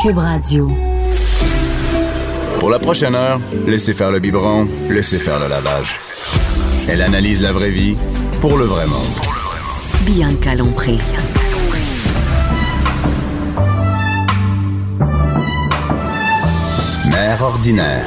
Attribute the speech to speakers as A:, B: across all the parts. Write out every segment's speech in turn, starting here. A: Cube Radio.
B: Pour la prochaine heure, laissez faire le biberon, laissez faire le lavage. Elle analyse la vraie vie pour le vrai monde.
A: Bianca Lompré.
B: Mère ordinaire.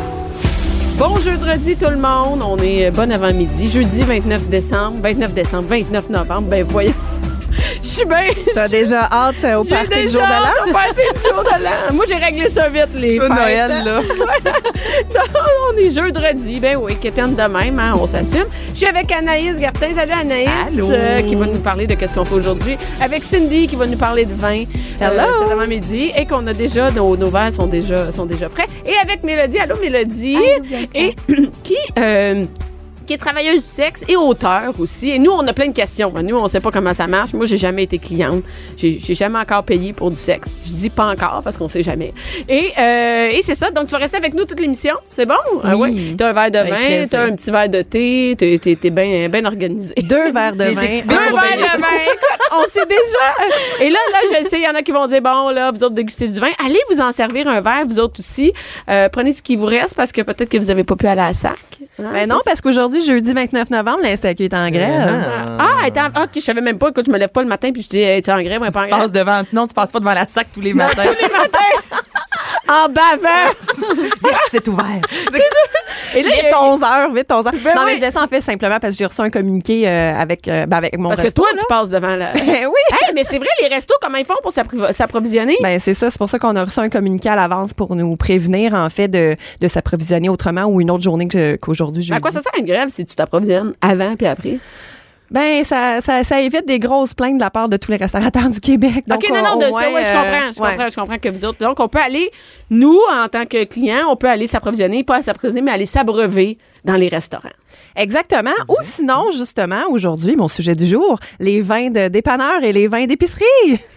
C: Bon jeudi tout le monde, on est euh, bon avant-midi, jeudi 29 décembre, 29 décembre, 29 novembre, ben voyons. Je suis bien.
D: T'as déjà hâte euh, au
C: J'ai
D: party du
C: déjà
D: jour de l'an?
C: hâte au party du jour de l'an. Moi, j'ai réglé ça vite, les fêtes.
D: Noël, là.
C: Donc, on est jeudi, ben oui, quétaine de même, hein, on s'assume. Je suis avec Anaïs Gertin. Salut Anaïs. euh,
D: Allô.
C: qui va nous parler de qu'est-ce qu'on fait aujourd'hui. Avec Cindy, qui va nous parler de vin. Euh,
D: Hello.
C: cet avant-midi. Et qu'on a déjà, nos, nos verres sont déjà, sont déjà prêts. Et avec Mélodie. Allô, Mélodie. et qui... euh, qui est travailleuse du sexe et auteur aussi. Et nous, on a plein de questions. Ben, Nous, on sait pas comment ça marche. Moi, j'ai jamais été cliente. J'ai j'ai jamais encore payé pour du sexe. Je dis pas encore parce qu'on sait jamais. Et, euh, et c'est ça. Donc, tu vas rester avec nous toute l'émission. C'est bon? Ah oui. T'as un verre de
D: Avec
C: vin,
D: plaisir.
C: t'as un petit verre de thé, t'es t'es- t'es bien ben organisé.
D: Deux verres de vin.
C: Deux verres de vin. Écoute, on sait déjà. Et là, là, je sais, il y en a qui vont dire bon, là, vous autres dégustez du vin. Allez vous en servir un verre, vous autres aussi. Euh, prenez ce qui vous reste parce que peut-être que vous avez pas pu aller à la sac. Hein,
D: Mais Ben non, parce qu'aujourd'hui, jeudi 29 novembre, l'Instacu est en grève.
C: Ah, attends, ok, je savais même pas. Écoute, je me lève pas le matin puis je dis, hey, tu es en grève, ou pas en
E: Tu passes
C: grève.
E: devant. Non, tu passes pas devant la sac tous les matins.
C: En baveur.
E: yes, c'est ouvert.
C: Et là, il y
D: Vite
C: a-
D: 11 heures, vite 11 heures. non,
C: oui.
D: mais je laisse en fait simplement parce que j'ai reçu un communiqué euh, avec, euh, ben, avec mon
C: parce que
D: resto,
C: toi,
D: là.
C: tu passes devant la.
D: Ben oui.
C: Hey, mais c'est vrai, les restos, comment ils font pour s'appro- s'approvisionner?
D: Ben c'est ça, c'est pour ça qu'on a reçu un communiqué à l'avance pour nous prévenir en fait de, de s'approvisionner autrement ou une autre journée que- qu'aujourd'hui
C: à
D: jeudi.
C: quoi ça sert une grève si tu t'approvisionnes avant puis après?
D: Ben ça, ça, ça évite des grosses plaintes de la part de tous les restaurateurs du Québec. Donc,
C: OK, non, non,
D: au
C: de ça,
D: moins,
C: ouais, je
D: euh,
C: comprends. Je
D: ouais.
C: comprends, je comprends que vous autres. Donc, on peut aller, nous, en tant que clients, on peut aller s'approvisionner, pas s'approvisionner, mais aller s'abreuver dans les restaurants.
D: Exactement. Ou sinon, justement, aujourd'hui, mon sujet du jour, les vins de dépanneurs et les vins d'épicerie.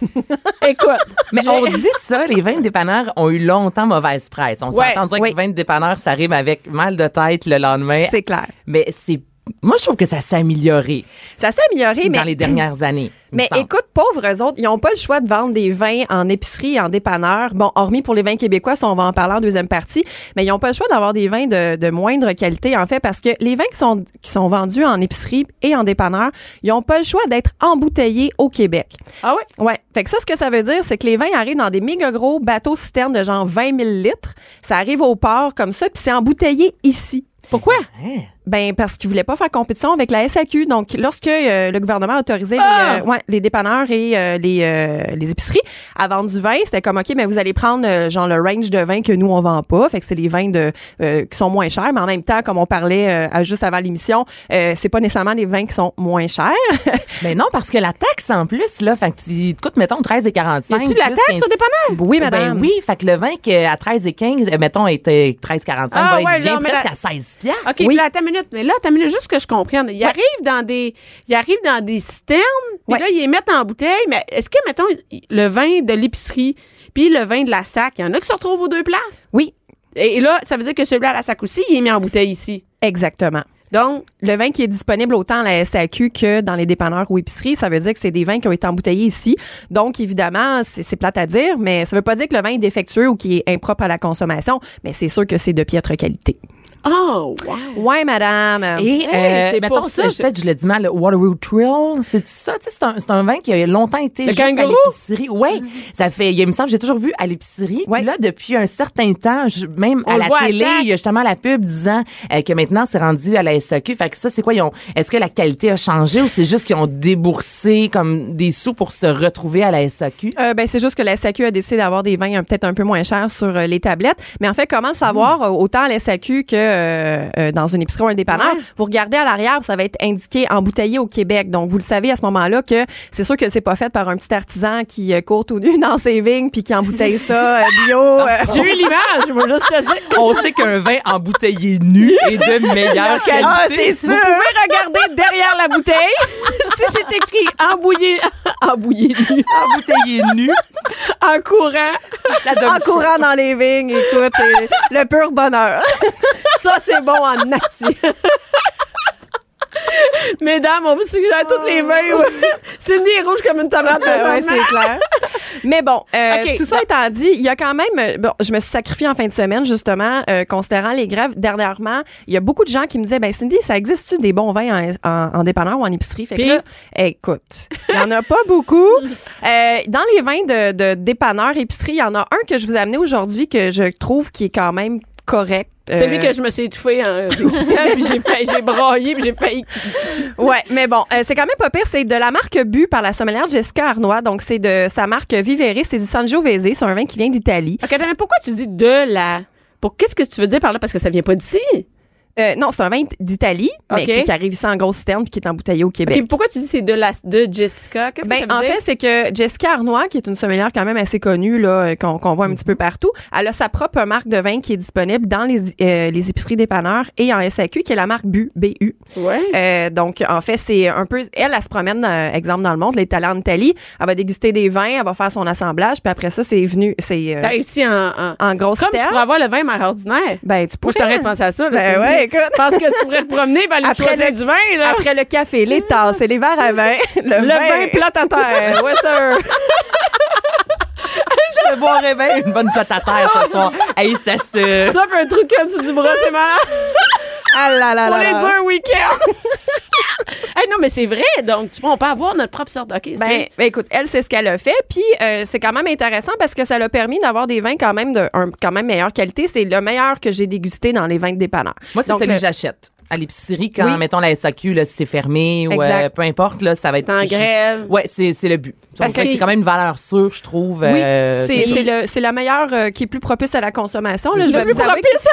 C: Écoute.
E: Mais on dit ça, les vins de dépanneurs ont eu longtemps mauvaise presse. On
C: Ouais,
E: s'entend dire
D: oui.
E: que les vins de dépanneurs, ça rime avec mal de tête le lendemain.
D: C'est clair.
E: Mais c'est. Moi, je trouve que ça s'est amélioré
D: Ça s'est amélioré, mais.
E: dans les dernières années. il me
D: Mais
E: semble.
D: écoute, pauvres eux autres, ils n'ont pas le choix de vendre des vins en épicerie, en dépanneur. Bon, hormis pour les vins québécois, ça, on va en parler en deuxième partie, mais ils n'ont pas le choix d'avoir des vins de, de moindre qualité, en fait, parce que les vins qui sont, qui sont vendus en épicerie et en dépanneur, ils n'ont pas le choix d'être embouteillés au Québec.
C: Ah ouais?
D: Ouais. Fait que ça, ce que ça veut dire, c'est que les vins arrivent dans des méga gros bateaux citernes de genre 20 000 litres. Ça arrive au port comme ça, puis c'est embouteillé ici.
C: Pourquoi?
E: Hein?
D: Ben parce qu'ils voulaient pas faire compétition avec la SAQ. Donc lorsque euh, le gouvernement a autorisé
C: Ah!
D: les, euh, ouais, les dépanneurs et euh, les, euh, les épiceries à vendre du vin, c'était comme ok, mais vous allez prendre euh, genre le range de vin que nous on vend pas. Fait que c'est les vins de euh, qui sont moins chers, mais en même temps, comme on parlait euh, à- juste avant l'émission, euh, c'est pas nécessairement les vins qui sont moins chers.
E: Mais non, parce que la taxe en plus, là, fait que tu te coûtes, mettons, 13,45.
C: Y a-tu de la
E: plus
C: taxe
E: 15.
C: au dépanneur?
D: oui,
E: Ben
D: madame.
E: oui, fait que le vin que à 13,15, euh, mettons, était 13,45,
C: Ah,
E: va être
C: ouais,
E: bien
C: genre, mais
E: presque
C: la-
E: à 16 piastres.
C: OK, puis là, attends une minute. Mais là, attends une minute, juste que je comprenne. Ils arrivent dans des, ils arrivent dans des citernes, puis
D: Ouais.
C: là, ils les mettent en bouteille. Mais est-ce que, mettons, le vin de l'épicerie, puis le vin de la sac, il y en a qui se retrouvent aux deux places?
D: Oui,
C: Et, et là, ça veut dire que celui-là à la sac aussi, il est mis en bouteille ici.
D: exactement.
C: Donc,
D: le vin qui est disponible autant à la SAQ que dans les dépanneurs ou épiceries, ça veut dire que c'est des vins qui ont été embouteillés ici. Donc, évidemment, c'est c'est plate à dire, mais ça veut pas dire que le vin est défectueux ou qu'il est impropre à la consommation, mais c'est sûr que c'est de piètre qualité.
C: oh, wow.
D: Ouais, madame.
E: Et
C: Hey,
E: euh,
C: c'est
E: mettons
C: pour ça,
E: ça,
C: je-
E: peut-être je le dis mal, le Waterloo Trill, c'est ça, tu sais, c'est un, c'est un vin qui a longtemps été
C: Le
E: juste à
C: kangourou?
E: l'épicerie. Ouais, ça fait, il me semble, j'ai toujours vu à l'épicerie.
D: Ouais.
E: Puis là, depuis un certain temps, je- même
C: On
E: à
C: le
E: la
C: voit à
E: télé,
C: sac.
E: il y a justement la pub disant euh, que maintenant c'est rendu à la SAQ. Fait que ça, c'est quoi ils ont Est-ce que la qualité a changé ou c'est juste qu'ils ont déboursé comme des sous pour se retrouver à la SAQ
D: Euh, ben, c'est juste que la SAQ
C: Mm.
D: a décidé d'avoir des vins euh, peut-être un peu moins chers sur euh, les tablettes. Mais en fait, comment le savoir euh, autant à la SAQ que euh, euh, dans une épicerie ou un dépanneur, vous regardez à l'arrière, ça va être indiqué embouteillé au Québec. Donc, vous le savez à ce moment-là que c'est sûr que c'est pas fait par un petit artisan qui euh, court tout nu dans ses vignes puis qui embouteille ça euh, bio. euh,
C: Ah, J'ai eu l'image, je vais juste te dire.
E: On sait qu'un vin embouteillé nu est de meilleure qualité.
D: ah, c'est sûr!
C: Vous pouvez regarder derrière la bouteille si c'est écrit embouillé, embouillé nu,
E: Embouteillé nu,
C: en courant.
E: ça donne
D: En courant dans les vignes, écoute, c'est le pur bonheur.
C: Ça, c'est bon en acier. Mesdames, on vous suggère toutes les vins. ouais. Cindy est rouge comme une tomate.
D: Ben ouais,
C: présentement.
D: c'est clair. Mais bon, euh,
C: Ok,
D: tout ça étant dit, il y a quand même. euh, Bon, je me suis sacrifiée en fin de semaine, justement, euh, considérant les grèves. Dernièrement, il y a beaucoup de gens qui me disaient Ben, Cindy, ça existe-tu des bons vins en, en, en dépanneur ou en épicerie? Fait que
C: Puis?
D: là, écoute, il n'y en a pas beaucoup. Euh, dans les vins de, de dépanneur, épicerie, il y en a un que je vous ai amené aujourd'hui que je trouve qui est quand même correct. Euh,
C: Celui que je me suis étouffée en dégustant, puis j'ai failli- j'ai braillé, puis j'ai failli
D: Ouais, mais bon, euh, c'est quand même pas pire. C'est de la marque Bu par la sommelière Jessica Arnois. Donc, c'est de sa marque Vivere. C'est du Sangiovese. C'est un vin qui vient d'Italie.
C: OK, attends, mais pourquoi tu dis de la pour qu'est-ce que tu veux dire par là parce que ça vient pas d'ici
D: Euh, non, c'est un vin d'Italie, mais
C: Ok.
D: qui, qui arrive ici en grosse citerne puis qui est embouteillé au Québec.
C: Puis pourquoi tu dis c'est de la de Jessica Qu'est-ce que ça
D: Ben,
C: veut
D: en
C: dire?
D: fait, c'est que Jessica Arnois, qui est une sommelière quand même assez connue, là, euh, qu'on qu'on voit un petit peu partout, elle a sa propre marque de vin qui est disponible dans les, euh, les épiceries dépanneurs et en SAQ, qui est la marque BU. BU.
C: ouais.
D: Euh, donc, en fait, c'est un peu... Elle, elle se promène, euh, exemple, dans le monde, les talents en Italie. Elle va déguster des vins, elle va faire son assemblage, puis après ça, c'est venu... C'est euh,
C: ça ici en, en-
D: en grosse
C: comme je
D: citerne.
C: pourrais avoir le vin mère ordinaire.
D: Ben, tu
C: Moi,
D: pourrais...
C: je t'aurais de penser à ça. Là,
D: Ben
C: Cindy.
D: ouais, écoute.
C: Parce que tu pourrais te promener vers les
D: Après
C: choisir
D: le-
C: du vin, là. Mm.
D: Après le café, les tasses et les verres à vin, le,
C: le vin plate à terre. Ouais, sir.
E: Je te boirais bien une bonne plate à terre ce soir. Hey, ça se...
C: ça, fait un truc que tu du bras, c'est malade.
D: Ah là là
C: On
D: là
C: est
D: là.
C: durs un week-end. Hey, non, mais c'est vrai. Donc, tu vois, on peut avoir notre propre sorte. OK,
D: Ben,
C: excuse.
D: ben, écoute, elle, c'est ce qu'elle a fait. Puis euh, c'est quand même intéressant parce que ça l'a permis d'avoir des vins quand même de un- quand même meilleure qualité. C'est le meilleur que j'ai dégusté dans les vins de dépanneur.
E: Moi, c'est
D: Donc,
E: celui
D: le-
E: que j'achète. À l'épicerie, quand,
D: Oui.
E: mettons, la SAQ, là, si c'est fermé ou
D: Exact.
E: euh, peu importe, là, ça va être...
C: en grève.
E: Ouais, c'est c'est le but.
D: Parce
E: Parce que
D: que-
E: c'est quand même une valeur sûre, je trouve.
D: Oui,
E: euh,
D: c'est
E: ça.
D: c'est le, c'est la meilleure euh, qui est plus propice à la consommation. Là, je vais
C: Le plus
D: vous avouer que-
C: propice.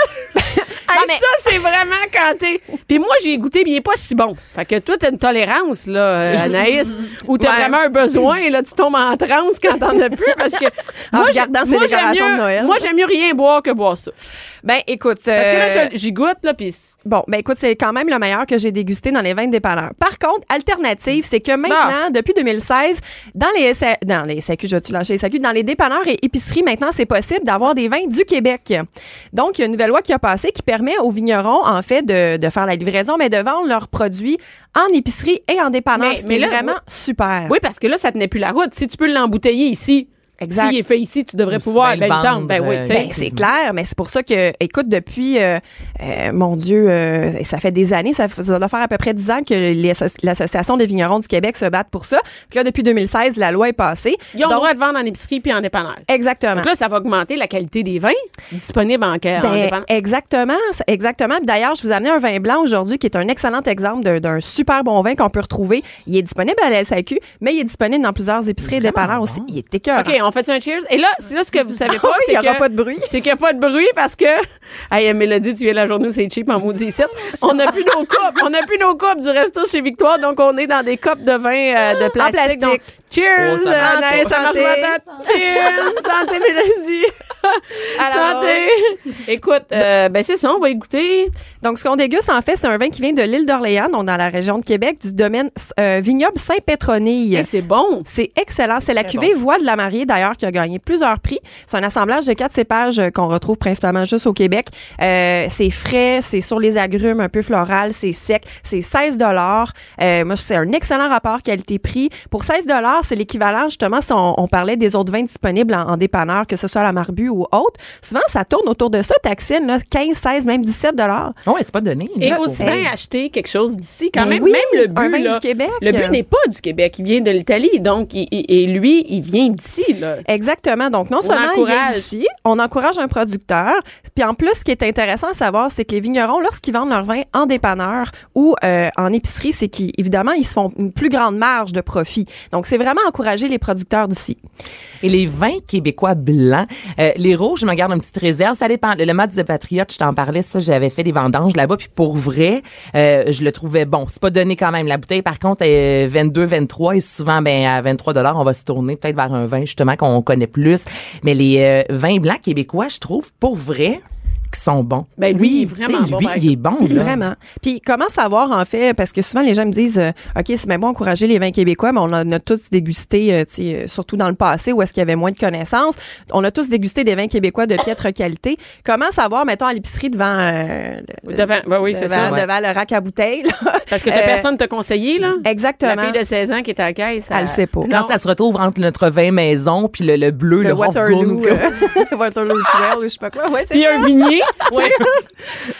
C: Hey,
D: Non, mais-
C: Ça, c'est vraiment quand t'es. Puis moi, j'ai goûté, mais il est pas si bon. Fait que toi, t'as une tolérance, là, euh, Anaïs, où t'as
D: Ouais.
C: vraiment un besoin, et là, tu tombes en transe quand t'en as plus, parce que.
D: En
C: moi,
D: regardant
C: j'ai-
D: ces
C: moi, j'aime
D: décorations
C: mieux-
D: de Noël.
C: Moi, j'aime mieux rien boire que boire ça.
D: Ben écoute,
C: Parce que
D: euh,
C: là, je- j'y goûte, là, puis.
D: Bon, ben écoute, c'est quand même le meilleur que j'ai dégusté dans les vins de dépanneur. Par contre, alternative, c'est que maintenant, depuis 2016, dans les SA, dans les SAQ, je vais-tu lâcher les SAQ, dans les dépanneurs et épiceries, maintenant, c'est possible d'avoir des vins du Québec. Donc, il y a une nouvelle loi qui a passé qui permet aux vignerons, en fait, de, de faire la livraison, mais de vendre leurs produits en épicerie et en dépanneur,
C: Mais-
D: ce qui
C: mais
D: est
C: là,
D: vraiment
C: oui.
D: super.
C: Oui, parce que là, ça tenait plus la route. Si tu peux l'embouteiller ici,
D: Exact.
C: s'il est fait ici, tu devrais
E: Ou si
C: pouvoir. Ben,
E: bien le
C: il me semble. Ben
E: vendre,
C: oui,
E: euh,
C: tu
D: Ben,
C: sais.
D: c'est clair, mais c'est pour ça que, écoute, depuis, euh, euh, mon Dieu, euh, ça fait des années, ça, fait- ça doit faire à peu près 10 ans que les asso- l'Association des vignerons du Québec se battent pour ça. Puis là, depuis 2016, la loi est passée.
C: Ils ont
D: Donc- Ah.
C: le droit de vendre en épicerie puis en dépanneur.
D: Exactement.
C: Donc là, ça va augmenter la qualité des vins disponibles en, en
D: Ben,
C: dépanneur.
D: exactement, c'est- exactement. Puis D'ailleurs, je vous ai amené un vin blanc aujourd'hui qui est un excellent exemple d'un- d'un super bon vin qu'on peut retrouver. Il est disponible à la SAQ, mais il est disponible dans plusieurs épiceries et dépanneurs aussi. Il est écœurant.
C: OK, on fait un cheers. Et là, c'est là ce que vous savez pas,
D: Ah oui,
C: c'est
D: il y aura
C: que-
D: pas de bruit.
C: C'est qu'il n'y a pas de bruit parce que. Hey, Mélodie, tu viens la journée où c'est cheap en maudit ici. On n'a plus nos coupes. On n'a plus nos coupes du resto chez Victoire, donc on est dans des coupes de vin euh, de plastique.
D: plastique.
C: Donc, cheers!
E: Oh, ça marche
C: Anaïs,
D: pas.
C: ça marche
D: Santé.
C: pas tant. Cheers! Santé, Mélodie!
D: Alors.
C: Santé! Écoute, euh, ben c'est ça, on va y goûter.
D: Donc, ce qu'on déguste, en fait, c'est un vin qui vient de l'île d'Orléans, donc dans la région de Québec, du domaine euh, vignoble Saint-Pétronille.
C: Hey, c'est bon!
D: C'est excellent. C'est la cuvée Voix de la Mariée, d'ailleurs, qui a gagné plusieurs prix. C'est un assemblage de quatre cépages euh, qu'on retrouve principalement juste au Québec. Euh, c'est frais, c'est sur les agrumes, un peu floral, c'est sec. C'est 16 dollars. Euh, moi, c'est un excellent rapport qualité-prix. Pour 16 dollars, c'est l'équivalent, justement, si on, on parlait des autres vins disponibles en, en dépanneur, que ce soit à la Marbu ou autre. Souvent, ça tourne autour de ça, taxine, là, 15, 16, même 17 dollars.
E: Oh, ouais, c'est pas donné.
C: Et
E: Là,
C: aussi
E: pour-
C: bien acheter quelque chose d'ici, quand
D: Ben
C: même,
D: oui,
C: même le but.
D: un vin
C: là,
D: du Québec. euh,
C: Le but n'est pas du Québec, il vient de l'Italie. Donc, il- il- et lui, il vient d'ici. là.
D: Exactement. Donc, non
C: On
D: seulement il vient
C: encourage.
D: d'ici, on encourage un producteur. Puis en plus, ce qui est intéressant à savoir, c'est que les vignerons, lorsqu'ils vendent leur vin en dépanneur ou euh, en épicerie, c'est qu'évidemment, ils se font une plus grande marge de profit. Donc, c'est vraiment encourager les producteurs d'ici.
E: et les vins québécois blancs. Euh, les rouges, je me garde une petite réserve. Ça dépend. Le, le match de Patriote, je t'en parlais, ça, j'avais fait des vendanges là-bas. Puis pour vrai, euh, je le trouvais bon. C'est pas donné quand même. La bouteille, par contre, est 22, 23 et souvent, ben à 23 dollars, on va se tourner peut-être vers un vin justement qu'on connaît plus. Mais les euh, vins blancs québécois, je trouve, pour vrai, qui sont bons.
C: Ben, lui, il est
E: tu sais,
C: vraiment bon,
E: Lui,
C: par
E: il est bon, là.
D: Vraiment. Puis comment savoir en fait parce que souvent les gens me disent euh, OK, c'est bien bon encourager les vins québécois, mais on en a tous dégusté euh, tu sais, euh, surtout dans le passé où est-ce qu'il y avait moins de connaissances, on a tous dégusté des vins québécois de piètre qualité. Comment savoir mettons à l'épicerie devant euh, le-
C: Devant- ben oui,
D: devant-
C: c'est ça.
D: devant le rack à bouteilles là.
C: Parce que t'as
D: Euh,
C: personne te conseiller, là.
D: Exactement.
C: La fille de 16 ans qui est à la caisse.
D: Elle le sait pas.
E: Quand
C: Non.
E: ça se retrouve entre notre vin maison puis le, le bleu, le,
D: le Waterloo,
E: Hofbrunn, que-
D: euh, le Waterloo Trail, ou je sais pas quoi. Ouais, c'est
C: Puis un vignier. ouais.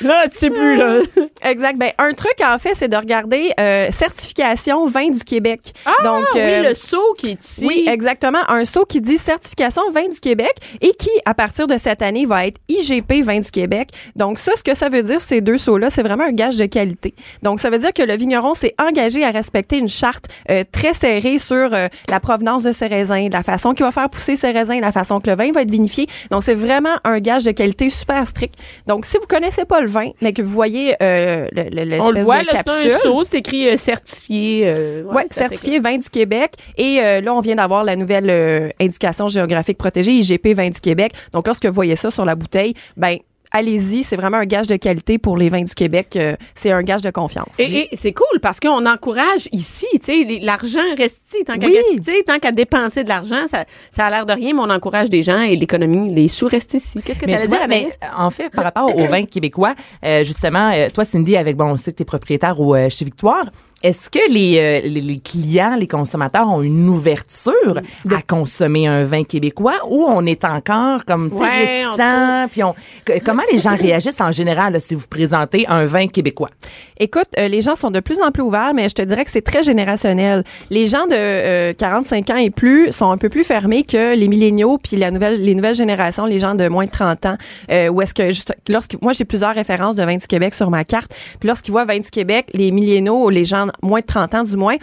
C: Là, tu sais plus, là.
D: Exact. Ben, un truc, en fait, c'est de regarder euh, certification vin du Québec. Donc,
C: Ah
D: euh,
C: oui, le seau qui est ici.
D: Oui, exactement. Un saut qui dit certification vin du Québec et qui, à partir de cette année, va être IGP vin du Québec. Donc, ça, ce que ça veut dire, ces deux sauts-là, c'est vraiment un gage de qualité. Donc, ça veut dire que le vigneron s'est engagé à respecter une charte euh, très serrée sur euh, la provenance de ses raisins, la façon qu'il va faire pousser ses raisins, la façon que le vin va être vinifié. Donc, c'est vraiment un gage de qualité super strict. Donc, si vous connaissez pas le vin, mais que vous voyez euh, le, le- l'espèce
C: On le voit,
D: de
C: là, c'est un
D: capsule-
C: seau, c'est écrit euh, certifié. euh,
D: Ouais,
C: c'est assez
D: certifié vin du Québec. Et euh, là, on vient d'avoir la nouvelle euh, indication géographique protégée, IGP vin du Québec. Donc, lorsque vous voyez ça sur la bouteille, ben allez-y, c'est vraiment un gage de qualité pour les vins du Québec. euh, c'est un gage de confiance.
C: Et, et c'est cool parce qu'on encourage ici, tu sais, les- l'argent reste ici. Tant qu'à
D: Oui.
C: gaspiller, tu sais, tant qu'à dépenser de l'argent, ça, ça a l'air de rien, mais on encourage des gens et l'économie, les sous restent ici. Qu'est-ce que tu
E: Mais
C: allais
E: toi,
C: dire,
E: mais,
C: Anaïs?
E: euh, en fait, par rapport au vin québécois, euh, justement, euh, toi, Cindy, avec, bon, on sait que t'es propriétaire au, euh, chez Victoire. Est-ce que les, euh, les, les clients, les consommateurs ont une ouverture à consommer un vin québécois ou on est encore comme, tu sais,
C: Ouais,
E: réticent, puis on, que- comment les gens réagissent en général là, si vous présentez un vin québécois?
D: Écoute, euh, les gens sont de plus en plus ouverts, mais je te dirais que c'est très générationnel. Les gens de euh, 45 ans et plus sont un peu plus fermés que les milléniaux puis la nouvelle, les nouvelles générations, les gens de moins de 30 ans. Euh, où est-ce que juste- lorsque moi j'ai plusieurs références de vin du Québec sur ma carte, puis lorsqu'ils voient vin du Québec, les milléniaux, ou les gens moins de 30 ans du moins.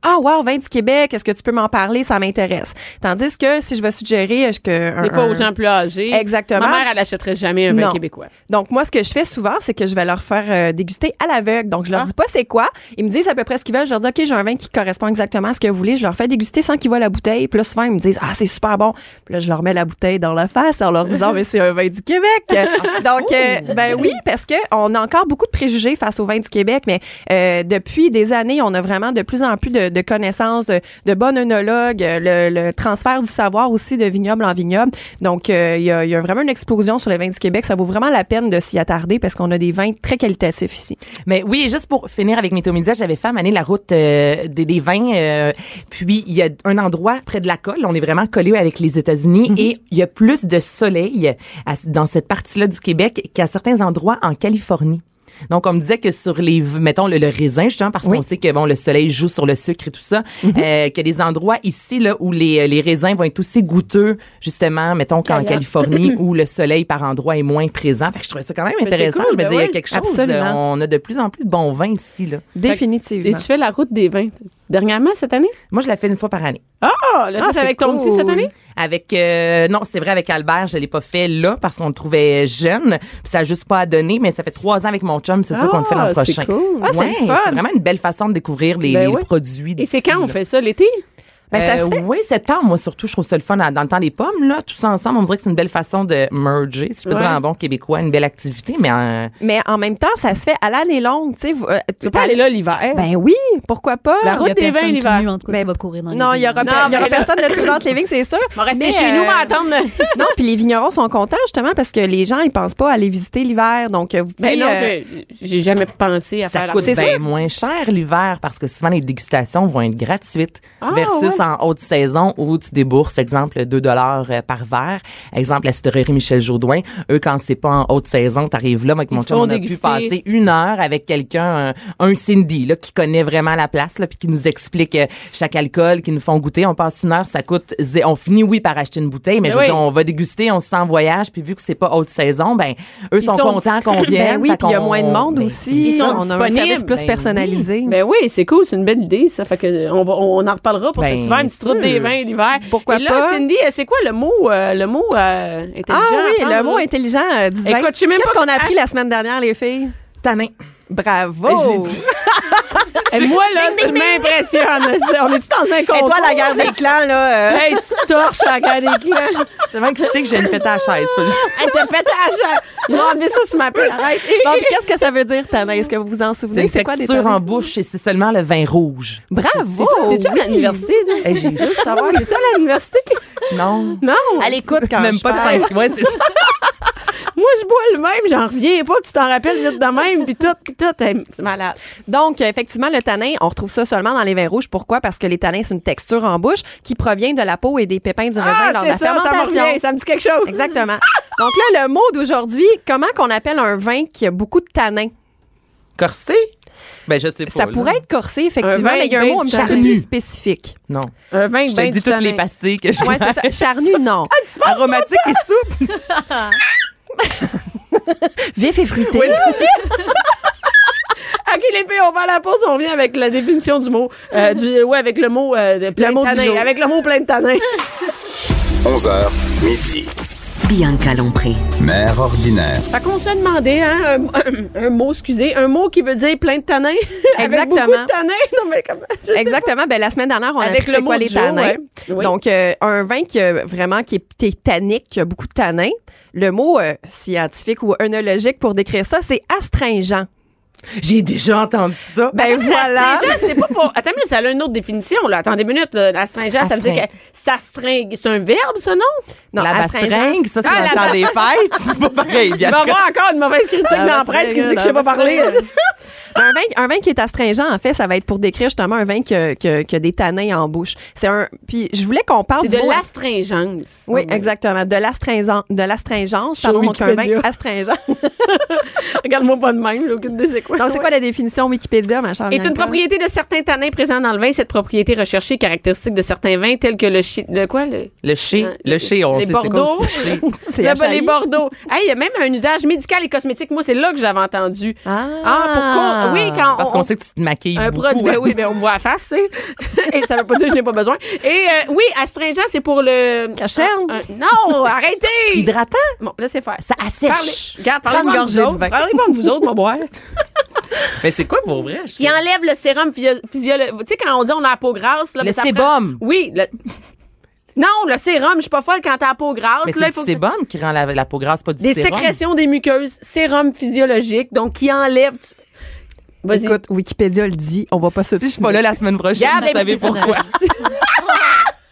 D: Ah wow, vin du Québec, est-ce que tu peux m'en parler, ça m'intéresse. Tandis que si je vais suggérer est-ce que
C: Des
D: un-
C: fois, aux
D: un-
C: gens plus âgés.
D: Exactement.
C: Ma mère, elle achèterait jamais un vin
D: Non.
C: québécois.
D: donc, moi, ce que je fais souvent, c'est que je vais leur faire euh, déguster à l'aveugle. Donc, je leur
C: Ah.
D: dis pas c'est quoi. Ils me disent à peu près ce qu'ils veulent. Je leur dis, OK, j'ai un vin qui correspond exactement à ce que vous voulez. Je leur fais déguster sans qu'ils voient la bouteille. Puis là, souvent, ils me disent, ah, c'est super bon. Puis là, je leur mets la bouteille dans la face en leur disant, mais c'est un vin du Québec. Donc, euh, ben oui, parce que on a encore beaucoup de préjugés face au vin du Québec, mais euh, depuis des années, on a vraiment de plus en plus de, de connaissances, de, de bons œnologues, euh, le, le transfert du savoir aussi de vignoble en vignoble. Donc, euh, il y, a, il y a vraiment une explosion sur les vins du Québec. Ça vaut vraiment la peine de s'y attarder parce qu'on a des vins très qualitatifs ici.
E: Mais oui, et juste pour finir avec Métomédia, j'avais fait amener la route euh, des, des vins. euh, puis il y a un endroit près de la colle, on est vraiment collé avec les
C: Mhm.
E: États-Unis et il y a plus de soleil à- dans cette partie-là du Québec qu'à certains endroits en Californie. Donc, on me disait que sur les, v- mettons, le, le raisin, justement, parce qu'on sait que, bon, le soleil joue sur le sucre et tout ça,
C: Mhm.
E: euh, qu'il y a des endroits ici, là, où les, euh, les raisins vont être aussi goûteux, justement, mettons, qu'en
C: Qu'ailleurs.
E: Californie, où le soleil, par endroit, est moins présent. Fait que je trouvais ça quand même
C: Mais c'est
E: intéressant.
C: cool,
E: je me
C: ben
E: disais, il y
C: oui.
E: a quelque chose.
D: Absolument.
E: euh, on a de plus en plus de bons vins ici. Là.
C: Et
D: Définitivement.
C: tu fais la route des vins. Dernièrement, cette année?
E: Moi, je la fais une fois par année.
C: Ah, le
D: Ah,
C: fait
D: c'est
C: avec ton petit cette
D: cool.
C: année?
E: Avec euh, non, c'est vrai avec Albert, je l'ai pas fait là parce qu'on le trouvait jeune, puis ça a juste pas à donner. Mais ça fait trois ans avec mon chum, c'est sûr qu'on le fait l'an
C: Ah, c'est
E: prochain.
C: cool.
D: Ah, c'est
E: Ouais,
D: le fun.
E: c'est vraiment une belle façon de découvrir les,
C: Ben
E: les
C: oui.
E: produits.
C: Et c'est
E: d'ici,
C: quand on
E: là.
C: fait ça? L'été?
D: Ben, ça
E: Euh,
D: se fait.
E: Oui, septembre, moi surtout, je trouve ça le fun à- dans le temps des pommes là, tous ensemble, on dirait que c'est une belle façon de merger, si je peux
C: Ouais.
E: dire en bon québécois, une belle activité, mais euh,
D: Mais en même temps, ça se fait à l'année longue. Tu sais, vous, euh,
C: Tu peux pas aller là l'hiver.
D: Ben oui, pourquoi pas?
C: La route
F: Il y a
C: des vins
F: personne qui
C: l'hiver.
F: nue, en tout cas, qui
D: Ben,
F: va courir dans les
D: Non, il y
F: rues.
D: aura,
C: Non,
D: pe- il y aura
C: mais là-
D: personne de Prudente Living, c'est sûr.
C: on va rester
D: Mais,
C: chez nous,
D: euh,
C: mais attendre.
D: non, puis les vignerons sont contents justement parce que les gens ils pensent pas à aller visiter l'hiver, donc euh, vous pouvez.
C: Ben non,
D: euh,
C: j'ai- j'ai jamais pensé à
E: ça
C: faire la
E: coûte
C: route.
E: bien moins cher l'hiver parce que souvent les dégustations vont être gratuites
C: Ah,
E: versus
C: ouais.
E: en haute saison où tu débourses exemple 2 dollars euh, par verre. Exemple la cidrerie Michel Jourdouin, eux quand c'est pas en haute saison, t'arrives là moi, avec mon chum
C: font
E: on a
C: déguster.
E: pu passer une heure avec quelqu'un un, un Cindy là qui connaît vraiment la place là puis qui nous explique euh, chaque alcool, qui nous font goûter, on passe une heure, ça coûte zé- on finit oui par acheter une bouteille mais,
C: Mais
E: je veux
C: oui.
E: dire, on va déguster, on se sent en voyage puis vu que c'est pas haute saison, ben eux sont,
C: sont
E: contents qu'on vienne,
D: Ben oui,
E: fait
D: puis il y a
E: qu'on-
D: moins de monde
E: ben,
D: aussi.
C: ils sont
D: on a un service
C: disponibles.
D: plus
E: Ben
D: personnalisé.
C: Ben oui, c'est cool, c'est une belle idée, ça. Fait que euh, on, va- on en reparlera pour
E: Ben,
C: cette l'hiver, une petite route des vins l'hiver.
D: Pourquoi
C: Et là,
D: pas?
C: Cindy, euh, c'est quoi le mot, euh, le mot euh, intelligent?
D: Ah oui,
C: à
D: le
C: prendre,
D: mot
C: là?
D: intelligent euh, du vin.
C: Écoute, je sais même
D: Qu'est-ce
C: pas-
D: qu'on a appris la semaine dernière, les filles?
E: Tanin.
D: Bravo!
E: Je l'ai dit.
C: Eh, Moi, là, tu m'impressionnes. On est-tu dans un concours?
D: Et toi, la guerre des clans, là... euh,
C: Hey, tu torches la guerre des clans.
E: J'étais vraiment excitée que j'ai une fête à la chaise. Faut que je-
C: Elle t'a fait à Ils m'ont enlevé ça sur ma pelle. Arrête.
D: bon, puis qu'est-ce que ça veut dire, Tana? Est-ce que vous vous en
E: C'est
D: souvenez?
E: une texture
D: tanins?
E: en bouche et c'est seulement le vin rouge.
D: Bravo!
C: T'es-tu à l'université?
E: Hey, j'ai
C: Oh, Je veux savoir, t'es-tu à l'université?
E: Non.
C: Non.
D: Elle écoute quand
E: Même
D: je
E: pas
D: parle.
E: de 5. Ouais, c'est ça.
C: Moi, je bois le même. J'en reviens pas que tu t'en rappelles vite de même. Puis tout, puis tout. hey, C'est malade.
D: Donc, euh, effectivement, le tanin, on retrouve ça seulement dans les vins rouges. Pourquoi? Parce que les tanins, c'est une texture en bouche qui provient de la peau et des pépins du raisin lors de la
C: me
D: fermentation.
C: revient, Ah, Ça me dit quelque chose.
D: Exactement. Donc là, le mot d'aujourd'hui, comment qu'on appelle un vin qui a beaucoup de tanins?
E: Corsé? Ben, je sais pas.
D: Ça
E: là.
D: pourrait être corsé, effectivement,
C: Un vin
D: mais il y a un
C: bien
D: mot un
C: du
D: petit peu
C: tanin.
D: plus spécifique.
E: Non.
C: Un vin,
E: Je te dis toutes les pastilles que je
D: Ouais, c'est ça. Charnu, non.
E: Aromatique et souple.
D: Vif et fruité.
C: OK, les filles, on va à la pause. On revient avec la définition du mot. Euh, du, ouais, avec le mot euh, de plein
D: Le mot
C: de
D: du
C: tanin.
D: jour.
C: Avec le mot plein de tanin.
B: 11h, midi.
A: Bianca Lompré.
B: Mère ordinaire.
C: Fait qu'on se demandait, hein, un, un mot, excusez, un mot qui veut dire plein de tanins. Avec
D: Exactement.
C: beaucoup de tanins. Non, mais comment? je sais pas.
D: Exactement. Ben, la semaine dernière, on a
C: Avec
D: appris
C: le
D: c'est quoi
C: mot
D: les
C: du jour,
D: tanins.
C: ouais. Oui.
D: Donc, euh, un vin qui a vraiment qui est qui est tannique, qui a beaucoup de tanins. Le mot euh, scientifique ou œnologique pour décrire ça, c'est astringent.
E: J'ai déjà entendu ça.
D: Ben voilà.
C: Astringent, c'est pas pour. Attends, mais ça a une autre définition, là. Attendez une minute, là. Astringent, ça veut dire que ça stringue. C'est un verbe, ça, non?
D: Non,
E: la
D: astringent,
E: bastringue, ça, c'est
C: Ah,
E: dans
C: la
E: le temps des fêtes. C'est pas pareil,
C: Il va y
E: Bianca.
C: avoir encore une mauvaise critique dans la presse qui dit que je sais pas parler.
D: Un vin, un vin qui est astringent, en fait, ça va être pour décrire justement un vin qui a, qui a- qui a des tanins en bouche. C'est un. Puis je voulais qu'on parle
C: C'est
D: du
C: de Oh
D: mot-
C: l'astringence.
D: Oui, exactement. De l'astringent, de l'astringence,
C: Sur
D: pardon, donc un vin
C: Wikipédia.
D: astringent.
C: Regarde-moi pas de même, j'ai aucune idée c'est quoi.
D: Donc c'est quoi la définition Wikipédia, ma chère
C: est une
D: Bianca?
C: propriété de certains tanins présents dans le vin. Cette propriété recherchée est caractéristique de certains vins tels que le chi... le quoi le
E: Le ché, le ché, on
C: les
E: sait c'est
C: Bordeaux.
E: quoi c'est ché.
D: C'est
C: Le-
D: HAI.
C: les Bordeaux. Hey, il y a même un usage médical et cosmétique. Moi, c'est là que je l'avais entendu.
D: Ah.
C: pour qu'on- oui, quand
E: Parce
C: on-
E: qu'on sait que tu te maquilles
C: Un
E: beaucoup. hein.
C: produit, ben oui, ben on me voit à la face, tu sais. Et ça veut pas dire que je n'ai pas besoin. Et euh, oui, astringent, c'est pour le...
D: Cacherne.
C: Un- un- non, arrêtez!
E: Hydratant,
C: Bon, laissez faire.
E: ça
C: Parlez,
E: assèche.
C: regarde,
D: Prends
C: parlez-moi
D: une
C: de vous
D: gorgée de
C: autres.
D: vin.
C: Parlez-moi de vous autres, on va boire.
E: Mais c'est quoi pour vrai? je
C: Qui enlève le sérum physiologique. Tu sais, quand on dit on a la peau grasse... Là,
E: Le
C: mais ça
E: sébum.
C: prend- Oui, le... Non, le sérum, je suis pas folle quand t'as la peau grasse.
E: Mais
C: là,
E: c'est
C: il faut
E: du
C: que-
E: sébum qui rend la, la peau grasse, pas du
C: Des
E: sérum.
C: sécrétions des muqueuses, sérum physiologique, donc qui enlève... Vas-y.
D: Écoute, Wikipédia le dit, on va pas se
E: Si je suis pas là la semaine prochaine,
C: Garde
E: vous savez
C: les petits
E: pourquoi.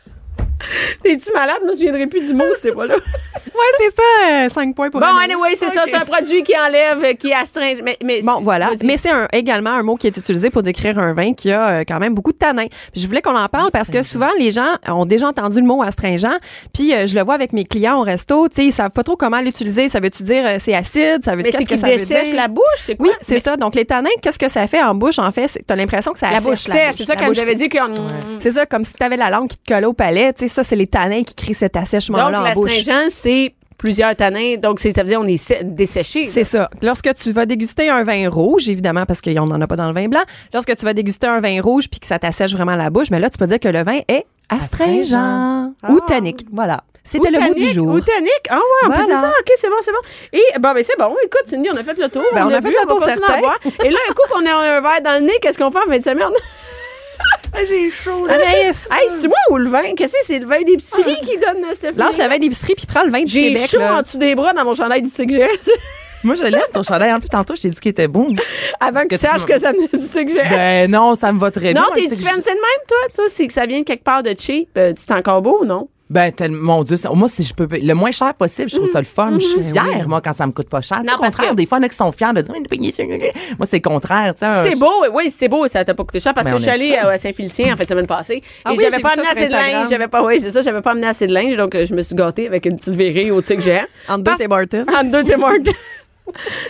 C: T'es-tu malade? Je me souviendrai plus du mot si t'es pas là.
D: Ouais, c'est ça, 5 points pour
C: Bon,
D: Anaïs.
C: anyway, c'est ça.
E: Ok.
C: C'est un produit qui enlève, qui astringe. Mais, mais
D: Bon, voilà.
C: vas-y.
D: Mais c'est un- également un mot qui est utilisé pour décrire un vin qui a euh, quand même beaucoup de tanins. Puis je voulais qu'on en parle parce que souvent, les gens ont déjà entendu le mot astringent. Puis euh, je le vois avec mes clients au resto. Tu sais, ils savent pas trop comment l'utiliser. Ça veut-tu dire euh, c'est acide? Ça veut
C: mais
D: qu'est-ce
C: c'est
D: que
C: qu'il
D: ça veut
C: dessèche
D: dire?
C: la bouche, c'est quoi?
D: Oui, c'est ça. Donc, les tanins, qu'est-ce que ça fait en bouche? En fait, c'est- t'as l'impression que ça
C: La
D: assèche
C: bouche sèche. C'est ça
D: La
C: quand
D: bouche
C: j'avais dit hum, qu'on.
D: C'est ça, comme si t'avais la langue qui te collait au palais. Tu sais, ça, c'est les tanins qui créent cet
C: Donc,
D: assèchement-là en bouche.
C: l'astringent, c'est plusieurs tanins. Donc, c'est- ça veut dire on est sé- desséché.
D: C'est ça. Lorsque tu vas déguster un vin rouge, évidemment, parce qu'on n'en a pas dans le vin blanc, lorsque tu vas déguster un vin rouge puis que ça t'assèche vraiment la bouche, mais là, tu peux dire que le vin est astringent Ah. ou tannique. Voilà. C'était le mot du jour.
C: Botanique. Ah ouais, on peut
D: Voilà.
C: dire ça. OK, c'est bon, c'est bon. Et bon, ben c'est bon. Écoute, Cindy, on a fait le tour.
D: Ben, on a fait
C: bu,
D: le
C: va
D: tour
C: continuer à
D: certain.
C: boire. Et là, un coup qu'on a un verre dans le nez, qu'est-ce qu'on fait en fin de semaine?
E: Ah, J'ai chaud.
D: Anaïs,
C: hey, c'est moi ou le vin? Qu'est-ce que c'est? C'est le vin d'épicerie qui donne euh, ce
D: lâche le
C: feeling-là?
D: vin d'épicerie puis prends le vin du
C: J'ai
D: Québec.
C: chaud
D: là.
C: en dessous des bras dans mon chandail du CGS.
E: Moi, je l'aime ton chandail. En plus, tantôt, je t'ai dit qu'il était bon.
C: Avant que tu
E: que tu
C: saches
E: m'as-
C: que ça venait du CGS.
E: Ben non, ça me va très bien.
C: non, t'es
E: Tu sais que
C: fan
E: je-
C: de même, toi? Tu vois, c'est que ça vient quelque part de cheap. Euh, c'est encore beau, non?
E: Ben, tel- mon Dieu, ça- moi, si je peux. Le moins cher possible, je trouve ça le fun. Je suis fière, moi, quand ça me coûte pas cher. Tu sais,
C: Mm-hmm. Non,
E: au
C: parce
E: contraire,
C: que-
E: des fois, il y en a qui sont fiers de dire, Mais, payez ça. Moi, c'est le contraire, tu sais. un-
C: C'est beau, oui, c'est beau. Ça t'a pas coûté cher parce
E: Mais
C: que
E: on
C: je suis
E: aime
C: allée euh, à Saint-Félicien en fait semaine passée.
D: Ah
C: et
D: oui,
C: j'avais
D: j'ai
C: pas
D: vu
C: amené
D: ça sur
C: assez de linge.
D: Instagram.
C: J'avais pas, oui, c'est ça, j'avais pas amené assez de linge. Donc, euh, je me suis gâtée avec une petite verrée au tigre géant.
D: Entre deux
C: Parce-
D: Tim Hortons.
C: Entre deux Tim Hortons.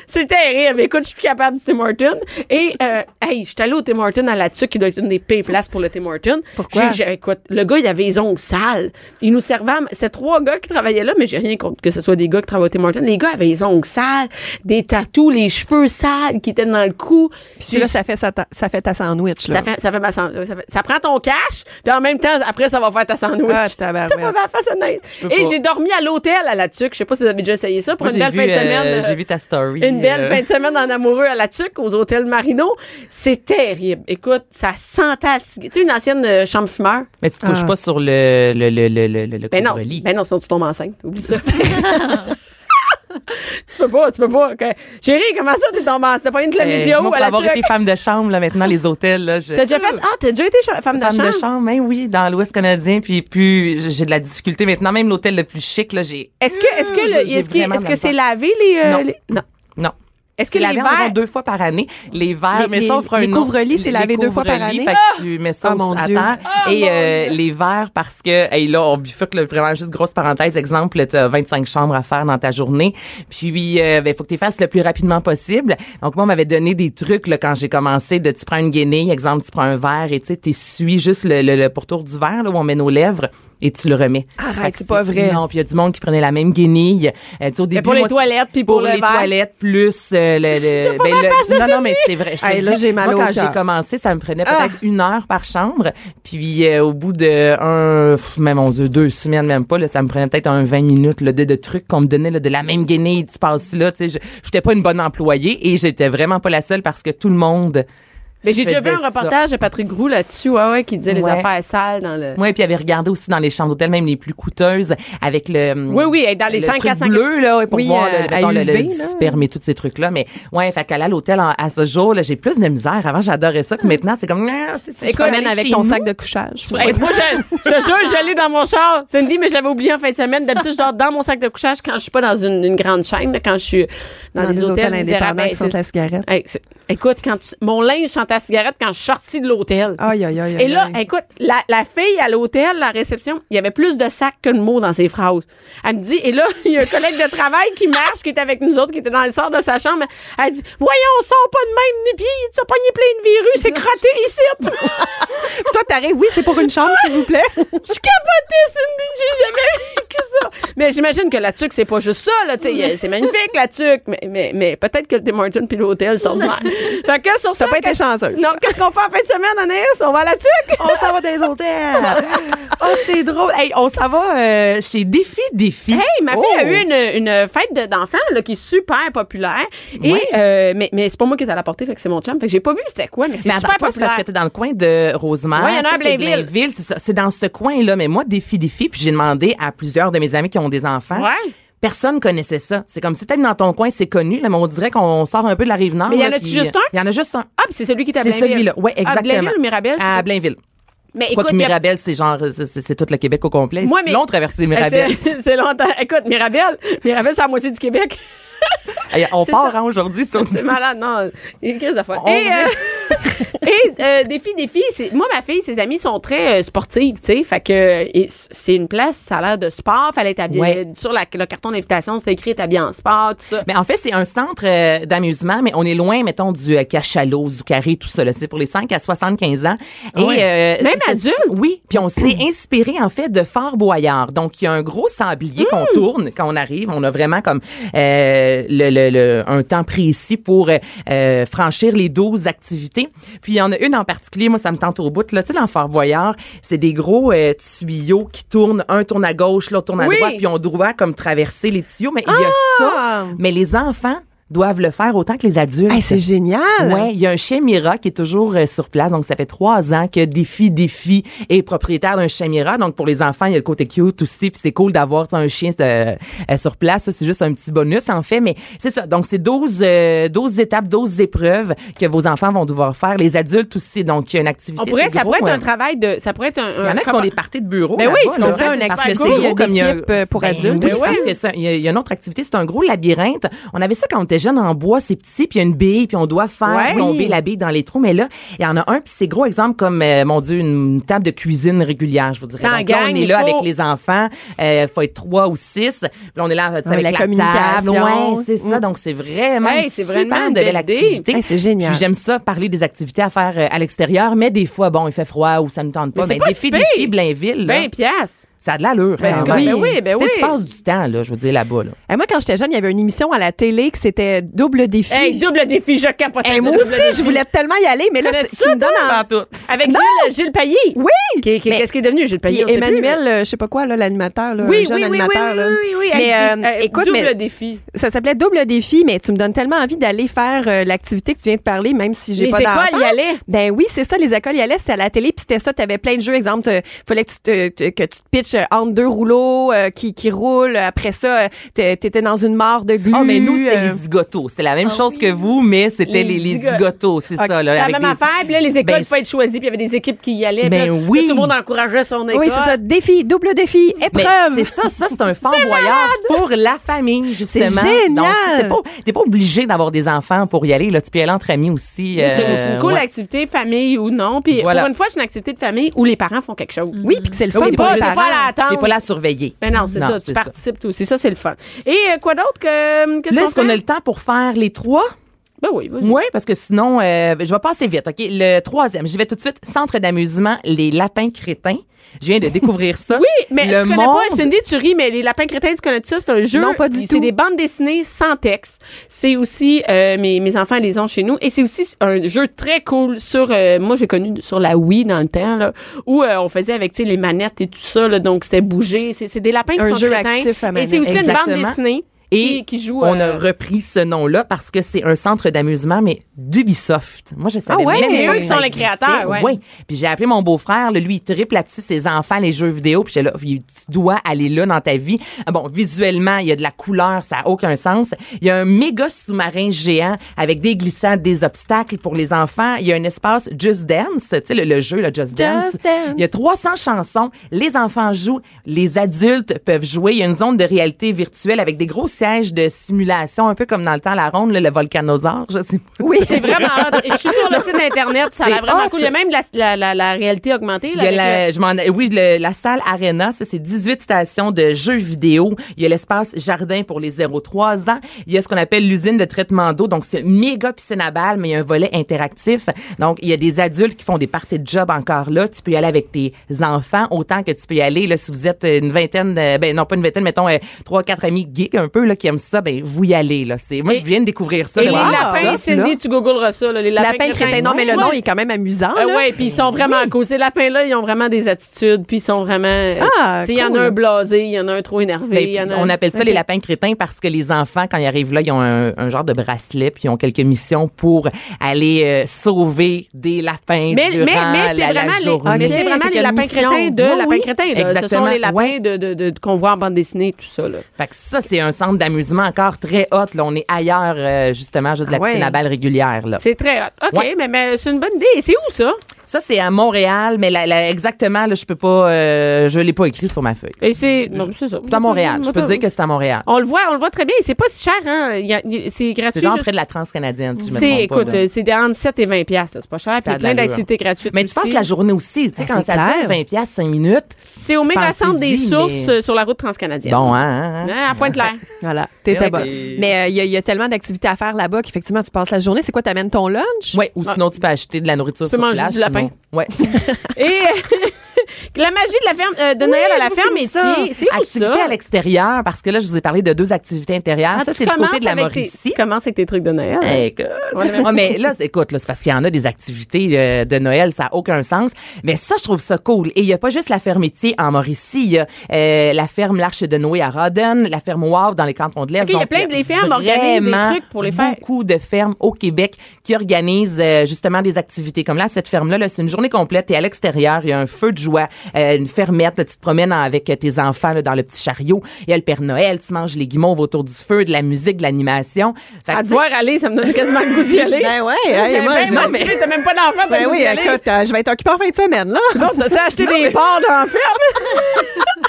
C: C'est terrible. Écoute, je suis plus capable du Tim Hortons. Et, euh, hey, je suis allée au Tim Hortons à la tuque, qui doit être une des pires places pour le Tim Hortons.
D: Pourquoi?
C: J'ai- j'ai- écoute, le gars, il avait les ongles sales. Il nous servait, à m- c'est trois gars qui travaillaient là, mais j'ai rien contre que ce soit des gars qui travaillent au Tim Hortons. Les gars avaient les ongles sales, des tatous, les cheveux sales qui étaient dans le cou.
D: Puis là, ça fait, sa ta, ça fait ta sandwich. Là.
C: Ça fait, ça fait ma san- ça, fait- ça prend ton cash, puis en même temps, après, ça va faire ta sandwich.
D: Ah,
C: T'as pas
D: tabarouette.
C: fait la face honnête.
E: peux
C: Et
E: pas.
C: j'ai dormi à l'hôtel à la tuque. Je sais pas si vous avez déjà essayé ça. Pour
E: Moi,
C: une
E: j'ai
C: belle
E: vu,
C: fin de
E: euh,
C: semaine. euh,
E: j'ai vu ta story.
C: Une belle
E: euh.
C: fin de semaine en amoureux à la tuque, aux hôtels Marino. C'est terrible. Écoute, ça sentait la cigarette. Tu sais, une ancienne euh, chambre fumeur.
E: Mais tu te couches pas sur le, le, le, le, le, le
C: Ah. Ben non,
E: couvre-lit.
C: ben non, sinon tu tombes enceinte. Oublie ça. tu peux pas, tu peux pas. que- Chérie, comment ça t'es tombée enceinte? T'as pas une chlamydia
E: Euh,
C: ou
E: moi,
C: à
E: pour
C: la
E: avoir été
C: tuque?
E: femme de chambre, là, maintenant, les hôtels, là, je...
C: T'as déjà fait, ah, t'as déjà été cha- femme,
E: Femme
C: de chambre?
E: de chambre, hein, oui, dans l'Ouest canadien, puis plus j'ai de la difficulté maintenant, même l'hôtel le plus chic, là, j'ai
C: Est-ce que, est-ce que,
E: J'ai-
C: le-
E: j'ai
C: est-ce que,
E: vraiment
C: est-ce
E: de
C: que
E: la
C: c'est
E: misère.
C: lavé les, euh,
E: Non.
C: les- non.
E: non.
C: Est-ce que
E: C'est
C: les
E: lavé environ
C: verres,
E: deux fois par année. Les verres,
D: Les-
E: mais
D: les-
E: ça, on fera
D: les
E: un autre-
D: couvre-lits, c'est
E: les
D: lavé deux fois par
E: couvre-lits,
D: année.
E: Fait que tu mets ça
D: Ah, Oh
E: au-
D: mon
E: à
D: Dieu.
E: terre. et euh, les verres, parce que, hey, là, on bifurque là, vraiment juste grosse parenthèse. Exemple, tu as 25 chambres à faire dans ta journée. Puis, euh, ben, faut que tu les fasses le plus rapidement possible. Donc, moi, on m'avait donné des trucs là, quand j'ai commencé de tu prends une guenille, exemple, tu prends un verre et tu sais, t'essuies juste le, le- le pourtour du verre là, où on met nos lèvres et tu le remets.
D: Arrête,
E: Fait que
D: c'est pas vrai.
E: Non, puis il y a du monde qui prenait la même guenille. Euh, tu sais, au début,
C: pour les
E: moi, c'est-
C: toilettes, puis pour le
E: les
C: verre.
E: toilettes, plus euh, le, le, ben, le- non non mais c'est vrai. Je te
D: Hey,
E: le
D: là,
E: dis,
D: j'ai mal
E: moi,
D: au
E: quand
D: cœur. Ah.
E: j'ai commencé, ça me prenait peut-être une heure par chambre. Puis euh, au bout de un, pff, mais mon Dieu, deux semaines même pas là, ça me prenait peut-être un 20 minutes là, de, de trucs qu'on me donnait là, de la même guenille. Tu passes là, tu sais, je- j'étais pas une bonne employée et j'étais vraiment pas la seule parce que tout le monde.
C: Mais Ben, j'ai déjà vu
E: faisait
C: un
E: ça.
C: reportage de Patrick Groux là-dessus, ouais, ouais, qui disait les
E: Ouais.
C: affaires sales dans le.
E: Ouais, puis il avait regardé aussi dans les chambres d'hôtel, même les plus coûteuses, avec le
C: Oui, oui, et dans les
E: le
C: 5
E: truc
C: à 5
E: bleu là ouais, pour
D: Oui,
E: voir
D: euh,
E: le, mettons, le- le-
D: à UV,
E: du
D: là.
E: sperme et tous ces trucs là mais ouais fait qu'aller à l'hôtel en- à ce jour là j'ai plus de misère avant j'adorais ça puis maintenant c'est comme ah, c'est-
D: Tu
E: c'est- je
D: te
E: peux
D: promènes
E: aller
D: avec
E: chez
D: ton
E: nous.
D: sac de couchage.
C: Hey, moi, je, je te jure, j'allais dans mon char. Cindy, mais je l'avais oublié en fin de semaine. D'habitude, je dors dans mon sac de couchage quand je suis pas dans une, une grande chaîne, là, quand je suis dans,
D: Dans
C: des
D: des
C: hôtels,
D: hôtels indépendants
C: misérables. Ben,
D: qui sont
C: c'est-
D: à cigarette.
C: Hey, c'est- écoute, quand tu- mon linge chante à cigarette quand je suis sortie de l'hôtel.
D: Aïe, aïe, aïe,
C: Et là,
D: aïe.
C: écoute, la, la fille à l'hôtel, la réception, il y avait plus de sacs que de mots dans ses phrases. Elle me dit, et là, il y a un collègue de travail qui marche, qui est avec nous autres, qui était dans le sort de sa chambre. Elle dit, voyons, on sort pas de même, ni pieds, tu as pogné plein de virus, c'est crotté ici.
D: Toi, t'arrives, oui, c'est pour une chambre, s'il vous plaît.
C: Je capotais, Cindy, j'ai jamais vécu ça. Mais j'imagine que la tuque, c'est pas juste ça, là, tu sais, y a- c'est magnifique, la tuque. Mais, mais, mais peut-être que le Tim Hortons puis l'hôtel sont du même. Fait que sur ça.
D: pas été
C: qu'est-
D: chanceuse.
C: Non, qu'est-ce qu'on fait en fin de semaine, Anaïs? On va à la tuque?
E: on s'en Oh, va dans les hôtels oh c'est drôle hey on s'en va euh, chez défi défi
C: Hey, ma fille
E: Oh.
C: a eu une, une fête de- d'enfants, là, qui est super populaire. Et, euh, mais, mais c'est pas moi qui les a apporté, fait que c'est mon chum. Fait que j'ai pas vu c'était quoi, mais c'est
E: Oh! mais attends,
C: super
E: toi, c'est parce
C: populaire.
E: que t'es dans le coin de Rosemère.
C: Ouais, il y en a
E: ça,
C: à
E: c'est de
C: Blainville.
E: Blainville, c'est ça. C'est dans ce coin-là. Mais moi, défi, défi, puis j'ai demandé à plusieurs de mes amis qui ont des enfants.
C: Ouais.
E: Personne connaissait ça. C'est comme si peut-être dans ton coin, c'est connu, là, mais on dirait qu'on sort un peu de la rive nord.
C: Mais il y en
E: là,
C: a-tu
E: puis- euh,
C: juste un?
E: Il y en a juste un.
C: Ah, puis c'est celui qui est à
E: C'est
C: Blainville.
E: celui-là. Ouais,
C: Ah,
E: exactement. Ah,
C: Blainville ou Mirabel? je sais
E: À
C: pas.
E: Blainville.
C: Mais
E: Quoi
C: écoute,
E: que
C: il y a-
E: Mirabel, c'est genre, c'est- c'est c'est tout le Québec au complet.
C: Moi,
E: c'est
C: mais-
E: long de traverser
C: Ah, c'est-
E: Mirabel.
C: C'est longtemps. Écoute, Mirabel, Mirabel, c'est la moitié du Québec.
E: Hey, on
C: c'est
E: part
C: ça.
E: hein, aujourd'hui sur
C: C'est malade, non. Il y a une crise de folle.
E: On
C: Et, euh, et euh, des filles, des filles, c'est- moi, ma fille, ses amies sont très euh, sportives, tu sais. Fait que euh, et c'est une place, ça a l'air de sport. Fallait être habillé-
E: Ouais.
C: Sur la- le carton d'invitation, c'était écrit t'habillé en sport, tout ça.
E: Mais en fait, c'est un centre euh, d'amusement, mais on est loin, mettons, du euh, cachalot, Zucari, tout ça. là. C'est pour les 5 à 75 ans. Et, euh,
C: Même
E: c'est-
C: adulte?
E: Oui. Puis on s'est inspiré, en fait, de Fort Boyard. Donc, il y a un gros sablier qu'on
C: Hmm.
E: tourne quand on arrive. On a vraiment comme euh, le, le- le- un temps précis pour euh, euh, franchir les 12 activités. Puis, il y en a une en particulier, moi, ça me tente au bout. Là. Tu sais, dans Fort Boyard, c'est des gros euh, tuyaux qui tournent. Un tourne à gauche, l'autre tourne à
C: Oui.
E: droite. Puis, on doit comme traverser les tuyaux. Mais il y a
C: Ah!
E: ça. Mais les enfants doivent le faire autant que les adultes.
D: Hey, c'est génial.
C: hein?
E: Ouais, il y a un chien Mira qui est toujours euh, sur place. Donc, ça fait trois ans que Défi Défi est propriétaire d'un chien Mira. Donc, pour les enfants, il y a le côté cute aussi. Puis, c'est cool d'avoir tu sais, un chien euh, euh, sur place. Ça, c'est juste un petit bonus, en fait. Mais c'est ça. Donc, c'est 12, euh, 12 étapes, 12 épreuves que vos enfants vont devoir faire. Les adultes aussi. Donc, il y a une activité.
C: On pourrait,
E: c'est
C: ça
E: gros,
C: pourrait être
E: euh,
C: un travail de, ça pourrait être un,
E: il y en a qui font des parties de bureau.
C: Ben oui,
E: là-bas,
C: c'est
E: là.
C: ça, un
E: C'est
C: acte-
E: parce que
C: cool.
E: c'est gros
D: Il y a des
E: comme il y a-
D: équipes, euh, pour adultes.
E: Ben
C: Ben
E: oui,
C: ouais.
E: parce que ça, il y a- il y a une autre activité, c'est un gros labyrinthe. On avait ça quand on était j'étais jeune en bois, c'est petit, puis il y a une bille, puis on doit faire
C: Ouais.
E: tomber la bille dans les trous. Mais là, il y en a un, puis c'est gros exemple comme, euh, mon Dieu, une table de cuisine régulière, je vous dirais.
C: Dans la
E: Donc là,
C: gang,
E: on est
C: il
E: là
C: faut-
E: avec les enfants. Euh, faut être trois ou six. Puis Là, on est là tu sais,
D: Ouais,
E: avec
D: la
E: la,
D: communication.
E: Table. Ouais, c'est ça.
D: Mm.
E: Donc, c'est vraiment,
C: Hey,
E: une
C: c'est
E: super
C: vraiment une
E: de
C: belle
E: belle
C: idée.
E: activité.
D: Hey, c'est génial.
E: Puis j'aime ça, parler des activités à faire euh, à l'extérieur, mais des fois, bon, il fait froid ou ça ne tente pas.
C: Mais c'est
E: Mais,
C: pas si
E: défi,
C: pire.
E: défi, Blainville, là,
C: 20 Ben, piastres.
E: ça a de l'allure.
C: Ben,
E: quand
D: c'est
E: même.
D: comme- ben
C: oui, ben
E: Tu sais,
C: oui.
E: Tu passes du temps, là, je veux dire, là-bas. Là.
D: Eh, moi, quand j'étais jeune, il y avait une émission à la télé que c'était double défi.
C: Hey, double défi, je capotais.
D: Eh,
C: sur
D: moi
C: double
D: aussi,
C: défi.
D: je voulais tellement y aller, mais là,
C: Connais-tu
D: tu me donnes en-
C: Avec
D: Non!
C: Gilles, Gilles Payet.
D: Oui!
C: Qui- qui-
D: Mais-
C: Qu'est-ce qui est devenu Gilles
D: Puis
C: Payet? on sait plus,
D: Emmanuel, euh, je sais pas quoi, là, l'animateur, là,
C: Oui,
D: le jeune
C: oui, oui, oui,
D: animateur.
C: oui,
D: là.
C: oui, oui,
D: Mais
C: avec des-
D: euh,
C: euh,
D: écoute,
C: double
D: mais-
C: défi.
D: ça s'appelait Double défi, mais tu me donnes tellement envie d'aller faire euh, l'activité que tu viens de parler, même si j'ai
C: Les
D: pas d'enfant.
C: écoles y allaient.
D: Ben oui, c'est ça, les écoles y allaient, c'était à la télé, puis c'était ça, t'avais plein de jeux, exemple, euh, fallait que tu te, te- que tu te pitches euh, entre deux rouleaux euh, qui, qui roulent, après ça, euh, t'es- t'étais dans une mare de glu.
E: Ah,
C: Oh,
E: mais nous, c'était
D: euh,
E: les zigotos. C'était la même chose que vous, mais c'était
C: Ah Les
E: les, les
C: zigo-
E: zigotos, c'est
D: Ah,
E: ça. Là,
C: La
E: avec
C: même
E: des-
C: affaire, puis là, les écoles
E: Ben,
C: pouvaient être choisies, puis il y avait des équipes qui y allaient.
E: Ben
C: puis là,
E: oui.
C: Tout le monde encourageait son école.
D: Oui, c'est ça, défi, double défi,
E: Mais
D: épreuve.
E: c'est ça, ça c'est un flamboyant pour la famille justement.
D: génial!
E: Donc tu- t'es pas t'es pas obligé d'avoir des enfants pour y aller là, tu peux y aller entre amis aussi.
C: C'est
E: euh,
C: c'est une cool
E: ouais.
C: activité famille ou non. Puis
E: Voilà. Mm.
C: pour une fois, c'est une activité de famille où les parents font quelque chose.
D: oui, puis que c'est le
C: T'es pas,
D: fun. t'es pas
C: t'es
D: juste-
C: pas à l'attente.
E: T'es pas là à surveiller.
C: Ben non, c'est ça. Tu
E: c'est
C: participes toi aussi. Ça, c'est le fun. Et euh, quoi d'autre que. Qu'est-ce
E: Là,
C: qu'on
E: est-ce qu'on
C: fait?
E: a le temps pour faire les trois?
C: Ben oui, vas-y.
E: Oui, parce que sinon, euh, je vais passer vite. OK, le troisième, j'y vais tout de suite. Centre d'amusement, les lapins crétins. Je viens de découvrir ça.
C: Oui, mais
E: le
C: tu connais
E: monde...
C: pas Cindy, tu ris, mais les lapins crétins, tu connais ça? C'est un jeu.
D: Non, pas du tout.
C: C'est des bandes dessinées sans texte. C'est aussi, euh, mes, mes enfants les ont chez nous. Et c'est aussi un jeu très cool sur, euh, moi, j'ai connu sur la Wii dans le temps, là, où euh, on faisait avec, tu sais, les manettes et tout ça, là, donc c'était bougé. C'est c'est des lapins qui
D: Un
C: sont
D: jeu
C: crétins.
D: actif à
C: Et
D: manette.
C: c'est aussi une
E: Exactement.
C: bande dessinée. qui,
E: Et
C: qui joue
E: on
C: euh,
E: a repris ce nom-là parce que c'est un centre d'amusement, mais d'Ubisoft. Moi, je savais
D: Ah ouais?
E: même
D: Mais
E: pas
D: eux
E: que
D: qui
E: ça
C: sont les
E: existait.
C: créateurs, ouais.
E: Oui. Puis j'ai appelé mon beau-frère, là, lui, il triple là-dessus, ses enfants, les jeux vidéo. Puis j'étais là, tu dois aller là dans ta vie. Ah Bon, visuellement, il y a de la couleur, ça n'a aucun sens. Il y a un méga sous-marin géant avec des glissades, des obstacles pour les enfants. Il y a un espace Just Dance, tu sais, le, le jeu, le Just Dance.
D: Just Dance.
E: Il y a 300 chansons. Les enfants jouent, les adultes peuvent jouer. Il y a une zone de réalité virtuelle avec des gros sièges de simulation, un peu comme dans le temps à la ronde, là, le volcanosaure, je sais pas.
D: Oui.
C: C'est vraiment hot. Et Je suis sur le site internet, ça a l'air
E: C'est
C: vraiment
E: hot.
C: cool. Il y a même la, la, la, la réalité augmentée.
E: Il
C: Là,
E: y a
C: avec le-
E: la, je m'en, oui, le- la salle Arena, ça c'est 18 stations de jeux vidéo. Il y a l'espace jardin pour les 0-3 ans. Il y a ce qu'on appelle l'usine de traitement d'eau. Donc c'est une méga piscine à balles, mais il y a un volet interactif. Donc il y a des adultes qui font des parties de job encore là. Tu peux y aller avec tes enfants autant que tu peux y aller là si vous êtes une vingtaine, de- ben non pas une vingtaine, mettons euh, trois quatre amis geeks un peu là qui aiment ça, ben vous y allez là. C'est moi je viens de découvrir ça.
C: Et
E: là,
C: les
E: vraiment,
C: lapins,
E: ça, là.
C: Cindy, tu googleras ça. Là, les lapins,
D: Lapin crétin. Non, mais le nom il est quand même amusant.
C: Ah
D: là.
C: ouais, puis ils sont vraiment cool. Ces lapins-là, ils ont vraiment des attitudes, puis ils sont vraiment. euh,
D: Ah,
C: Tu sais, il y en
D: cool.
C: a un blasé, il y en a un trop énervé. il y
E: Ben,
C: en a
E: on
C: un-
E: appelle ça les lapins crétins parce que les enfants, quand ils arrivent là, ils ont un, un genre de bracelet, puis ils ont quelques missions pour aller euh, sauver des lapins
C: Mais, mais,
E: durant
C: mais c'est
E: la, la
C: vraiment, les, ah,
E: journée.
C: mais c'est vraiment
D: Fait qu'il y
C: les
D: a une
C: lapins
D: mission.
C: crétins de
E: Oui,
C: lapins
E: oui.
C: crétins. là. Ce sont
E: Exactement.
C: les lapins
E: Ouais.
C: de, de, de- qu'on voit en bande dessinée, tout ça. Là.
E: Fait que ça, c'est un centre d'amusement encore très hot. Là, on est ailleurs, euh, justement, juste de la
D: Ah ouais.
E: piscine à balles régulière. Là.
C: C'est très hot. OK,
E: Ah. Ouais.
C: mais, mais c'est une bonne idée. Et C'est où ça?
E: Ça, c'est à Montréal, mais la, la- exactement, là, je peux pas, euh, je l'ai pas écrit sur ma feuille.
C: Et c'est. Non, c'est ça.
E: C'est à Montréal. Je peux dire que c'est à Montréal.
C: On le voit, on le voit très bien. Et C'est pas si cher, hein? Il y a- il- C'est gratuit.
E: C'est genre
C: juste-
E: près de la Transcanadienne, si je me
C: C'est,
E: trompe pas,
C: écoute,
E: là.
C: euh, c'est entre 7 et 20 piastres, là. c'est pas cher, puis il y
E: Ça
C: a
E: a de
C: plein
E: l'allure.
C: d'activités gratuites.
E: Mais tu
C: aussi.
E: passes la journée aussi, tu sais,
D: Ben,
E: quand
D: c'est
E: ça dure
D: clair.
E: 20 pièces 5 minutes.
C: C'est au méga centre des
E: Pensez-y,
C: sources
E: mais-
C: euh, sur la route transcanadienne.
E: Bon, hein, hein, hein.
C: Hein, à Pointe-Claire.
D: Voilà, t'étais
E: Ouais,
D: bonne.
E: t'es-
D: Mais euh, il y, a- il y a tellement d'activités à faire là-bas qu'effectivement, tu passes la journée. C'est quoi, t'amènes ton lunch?
E: Ouais, ou sinon tu peux acheter de la nourriture
C: Ah. peux
E: sur
C: manger
E: place.
C: du lapin.
E: sinon. Ouais.
C: Et euh, la magie de la ferme euh, de Noël à la ferme est c'est où
E: Activité
C: ça?
E: à l'extérieur parce que là je vous ai parlé de deux activités intérieures.
C: Ah,
E: ça
C: tu
E: c'est du côté
C: commences
E: de la
C: avec tes-
E: Mauricie.
C: Tu commences avec tes trucs de Noël. hein?
E: Hey, écoute. Ouais, mais là, c'est- écoute, là, c'est parce qu'il y en a des activités euh, de Noël, ça n'a aucun sens. Mais ça, je trouve ça cool. Et il n'y a pas juste la ferme métier en Mauricie. Il y a euh, la ferme L'Arche de Noé à Rodden, la ferme Wow dans les cantons de l'Est.
C: Ok, il y a
E: Donc,
C: plein de les fermes organisent des
E: vraiment
C: trucs pour les faire.
E: beaucoup de fermes au Québec qui organisent euh, justement des activités comme là. Cette ferme-là, là, c'est une journée complète. et à l'extérieur. Il y a un feu de joie, euh, une fermette. là, tu te promènes avec euh, tes enfants là, dans le petit chariot. Il y a le Père Noël. Tu manges les guimauves autour du feu, de la musique, de l'animation. Fait que,
C: À devoir aller, ça me donne quasiment le goût d'y aller.
D: Ben ouais, hey, moi, je-
C: non, mais t'as même pas d'enfant, t'as le
D: Ben
C: goût
D: oui,
C: d'y aller.
D: écoute, euh, je vais être occupée en fin de semaine, là.
C: Donc, t'as acheté des parts dans la ferme?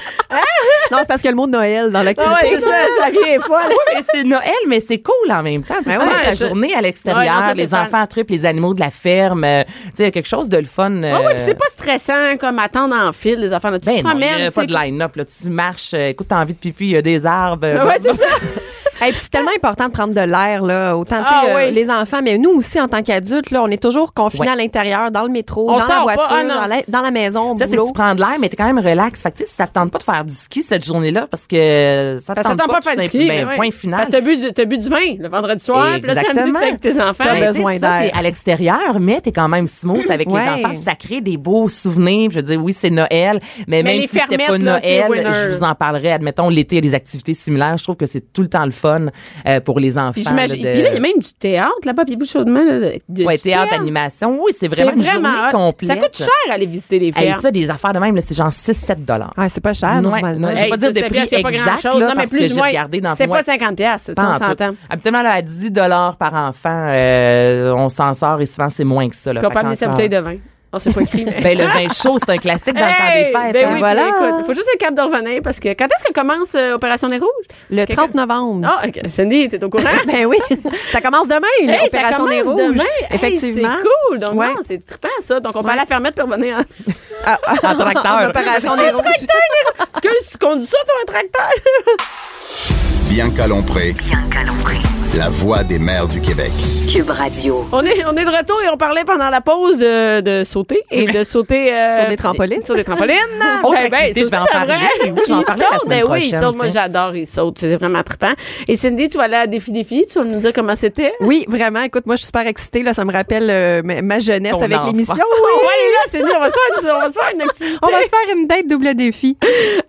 D: Non, c'est parce qu'il y a le mot Noël dans l'activité.
C: Ah ouais, c'est ça, ça vient folle.
E: Oui, mais c'est Noël, mais c'est cool en même temps. Tu sais,
C: Ben
E: tu
C: ouais,
E: passes la
C: je-
E: journée
C: Ouais,
E: à
C: non,
E: l'extérieur,
C: ça, c'est
E: les
C: fun.
E: enfants trippent, les animaux de la ferme. euh, tu sais, il y a quelque chose de le fun.
C: Ah
E: euh,
C: ouais, puis c'est pas stressant comme attendre en file les affaires. là. Tu te
E: ben non, il y a
C: promènes.
E: pas
C: c'est-
E: de line-up. là. Tu marches, euh, écoute, t'as envie de pipi, il y a des arbres. euh,
C: Ah Ouais,
E: bon,
C: c'est ça.
D: Et puis c'est tellement important de prendre de l'air là, autant tu sais,
C: Ah
D: euh,
C: oui.
D: les enfants, mais nous aussi en tant qu'adultes là, on est toujours confinés
E: Ouais.
D: à l'intérieur, dans le métro,
C: On
D: dans la
C: sort pas.
D: voiture,
C: Ah non,
D: dans, la,
C: c'est-
D: dans la maison, au
E: Ça, c'est que
D: boulot.
E: tu prends de l'air, mais t'es quand même relax. Fait que, tu sais, si ça te tente pas de faire du ski cette journée-là, parce que ça te
C: Parce que
E: tente
C: t'as pas
E: pas,
C: de faire
E: tout
C: du
E: simple-
C: ski.
E: ben,
C: ben oui.
E: point final.
C: Parce que t'as bu, du- t'as bu du vin le vendredi soir, puis le samedi,
E: Exactement.
C: t'es avec tes enfants.
D: T'as
C: Ben,
E: Mais
D: besoin
E: tu sais, ça,
D: d'air.
E: T'es à l'extérieur, mais t'es quand même smooth avec
D: Ouais.
E: les enfants. puis Ça crée des beaux souvenirs. Je veux dire, oui, c'est Noël, mais, même
C: les
E: si c'était
C: fermettes,
E: pas
C: là, c'est
E: Noël,
C: winner.
E: je vous en parlerai. Admettons, l'été, il y a des activités similaires. Je trouve que c'est tout le temps le fun euh, pour les enfants.
C: Puis j'imagine.
E: là, de-
C: Puis là, il y a même du théâtre là-bas, puis chaudement. Là, de-
E: Ouais,
C: du
E: théâtre, animation. Oui, c'est vraiment,
C: C'est
E: une journée
C: hot.
E: complète.
C: Ça coûte cher aller visiter les
E: Hey,
C: fermes.
E: ça, des affaires de même, là, c'est genre 6-7 dollars.
D: Ah, c'est pas cher
E: Ouais,
D: normalement.
E: ouais,
C: Hey,
E: j'ai pas
C: ça,
E: dire de
C: c'est
E: prix
C: bien, c'est pas
E: exact,
C: grand-chose.
E: là,
C: Non, mais
E: parce
C: plus
E: que
C: ou
E: j'ai
C: moins,
E: regardé dans
C: C'est
E: moi.
C: pas 50 piastres, tu sais,
E: Pas
C: on
E: en tout.
C: s'entend.
E: Habituellement, là, à 10 par enfant, euh, on s'en sort et souvent, c'est moins que ça. Là.
C: Puis on
E: Fait
C: peut amener sa
E: qu'encore-
C: bouteille de vin. On s'est pas écrit, mais...
E: Ben, le vin chaud, c'est un classique dans
C: Hey,
E: le temps des fêtes.
C: ben
E: hein.
C: oui,
D: voilà.
C: puis écoute, faut juste être capable de revenir parce que quand est-ce que commence euh, Opération des Rouges?
D: Le
C: Quelqu'un-
D: 30 novembre.
C: Ah, ok. Cindy, t'es au courant?
F: Ah!
D: Ben oui, ça commence demain,
C: Hey, ça
D: l'opération
C: commence
D: des Rouges.
C: demain. Hey,
D: Effectivement.
C: c'est cool. Donc,
D: Ouais.
C: non, c'est trippant, ça. Donc, on peut aller à la fermette pour revenir en.
E: En tracteur.
D: Opération des Rouges.
C: Excuse, tu conduis ça, toi, un tracteur?
B: Bianca Lompré,
A: Bianca Lompré.
B: la voix des mères du Québec.
A: Cube Radio.
C: On est, on est de retour et on parlait pendant la pause de, de sauter et de sauter euh,
D: Sur des trampolines.
C: Sur des trampolines. Eh ben,
E: Autre activité,
C: ça
E: je vais en
C: aussi, c'est
E: parler.
C: vrai.
E: Oui, je vais en
C: Ils
E: parler la
C: sautent,
E: semaine
C: ben oui, ils
E: prochaine,
C: sautent. Moi,
E: tiens.
C: j'adore, ils sautent. C'est vraiment trippant. Et Cindy, tu vas aller à Défi Défi. Tu vas nous dire comment c'était.
D: Oui, vraiment. Écoute, moi, je suis super excitée. Là, ça me rappelle euh, ma ma jeunesse
E: Ton
D: avec
E: enfant.
D: l'émission.
C: On
D: Oui.
C: va aller là, Cindy. On va se faire une, on va se faire une activité.
D: On va se faire une date double défi.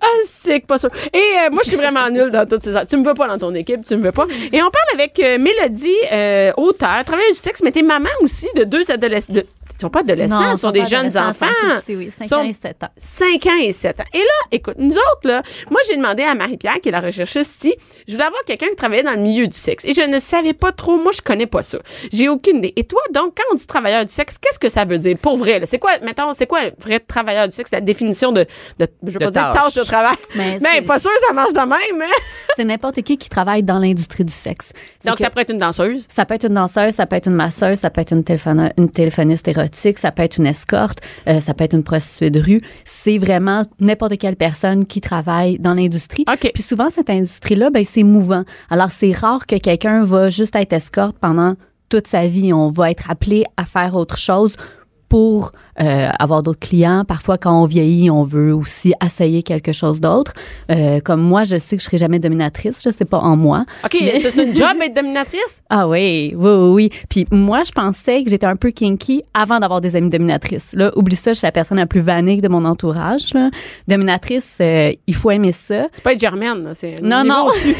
C: Ah, c'est pas sûr. Et euh, moi, je suis vraiment nulle dans toutes ces affaires. Tu me veux pas dans ton équipe, tu me veux pas. Et on parle avec euh, Mélodie, euh, auteur, travailleuse du sexe, mais t'es maman aussi de deux adolescents. De... Ils sont pas adolescents,
F: Non,
C: ils
F: ils
C: sont
F: sont
C: des
F: pas
C: jeunes enfants.
F: adolescents, ils sont tout petits, oui, cinq
C: Ils sont
F: ans et sept ans.
C: 5 ans et 7 ans. Et là, écoute, nous autres, là, moi, j'ai demandé à Marie-Pierre, qui est la recherchiste, si je voulais avoir quelqu'un qui travaillait dans le milieu du sexe. Et je ne savais pas trop. Moi, je connais pas ça. J'ai aucune idée. Et toi, donc, quand on dit travailleur du sexe, qu'est-ce que ça veut dire pour vrai? là? C'est quoi, mettons, c'est quoi un vrai travailleur du sexe? La définition de, de je veux
E: De
C: pas dire
E: tâche.
C: tâche de travail. Mais,
F: Mais c'est-
C: pas sûr que ça marche de même, hein?
F: C'est n'importe qui qui travaille dans l'industrie du sexe. C'est
C: Donc,
F: que-
C: ça pourrait être une danseuse.
F: ça peut être une danseuse, ça peut être une masseuse, ça peut être une, téléphone- une téléphoniste érotique, ça peut être une escorte, euh, ça peut être une prostituée de rue. C'est vraiment n'importe quelle personne qui travaille dans l'industrie.
C: OK.
F: Puis souvent, cette industrie-là, ben, c'est mouvant. Alors, c'est rare que quelqu'un va juste être escorte pendant toute sa vie. On va être appelé à faire autre chose pour euh, avoir d'autres clients. Parfois, quand on vieillit, on veut aussi essayer quelque chose d'autre. Euh, comme moi, je sais que je serai jamais dominatrice. Je sais pas en moi.
C: OK, c'est c'est une job être dominatrice?
F: Ah oui, oui, oui, oui. Puis moi, je pensais que j'étais un peu kinky avant d'avoir des amies dominatrices. Là, oublie ça, je suis la personne la plus vanille de mon entourage. là. Dominatrice, euh, il faut aimer ça.
C: C'est pas être germaine, là, c'est. un
F: Non,
C: niveau
F: non.
C: au-dessus.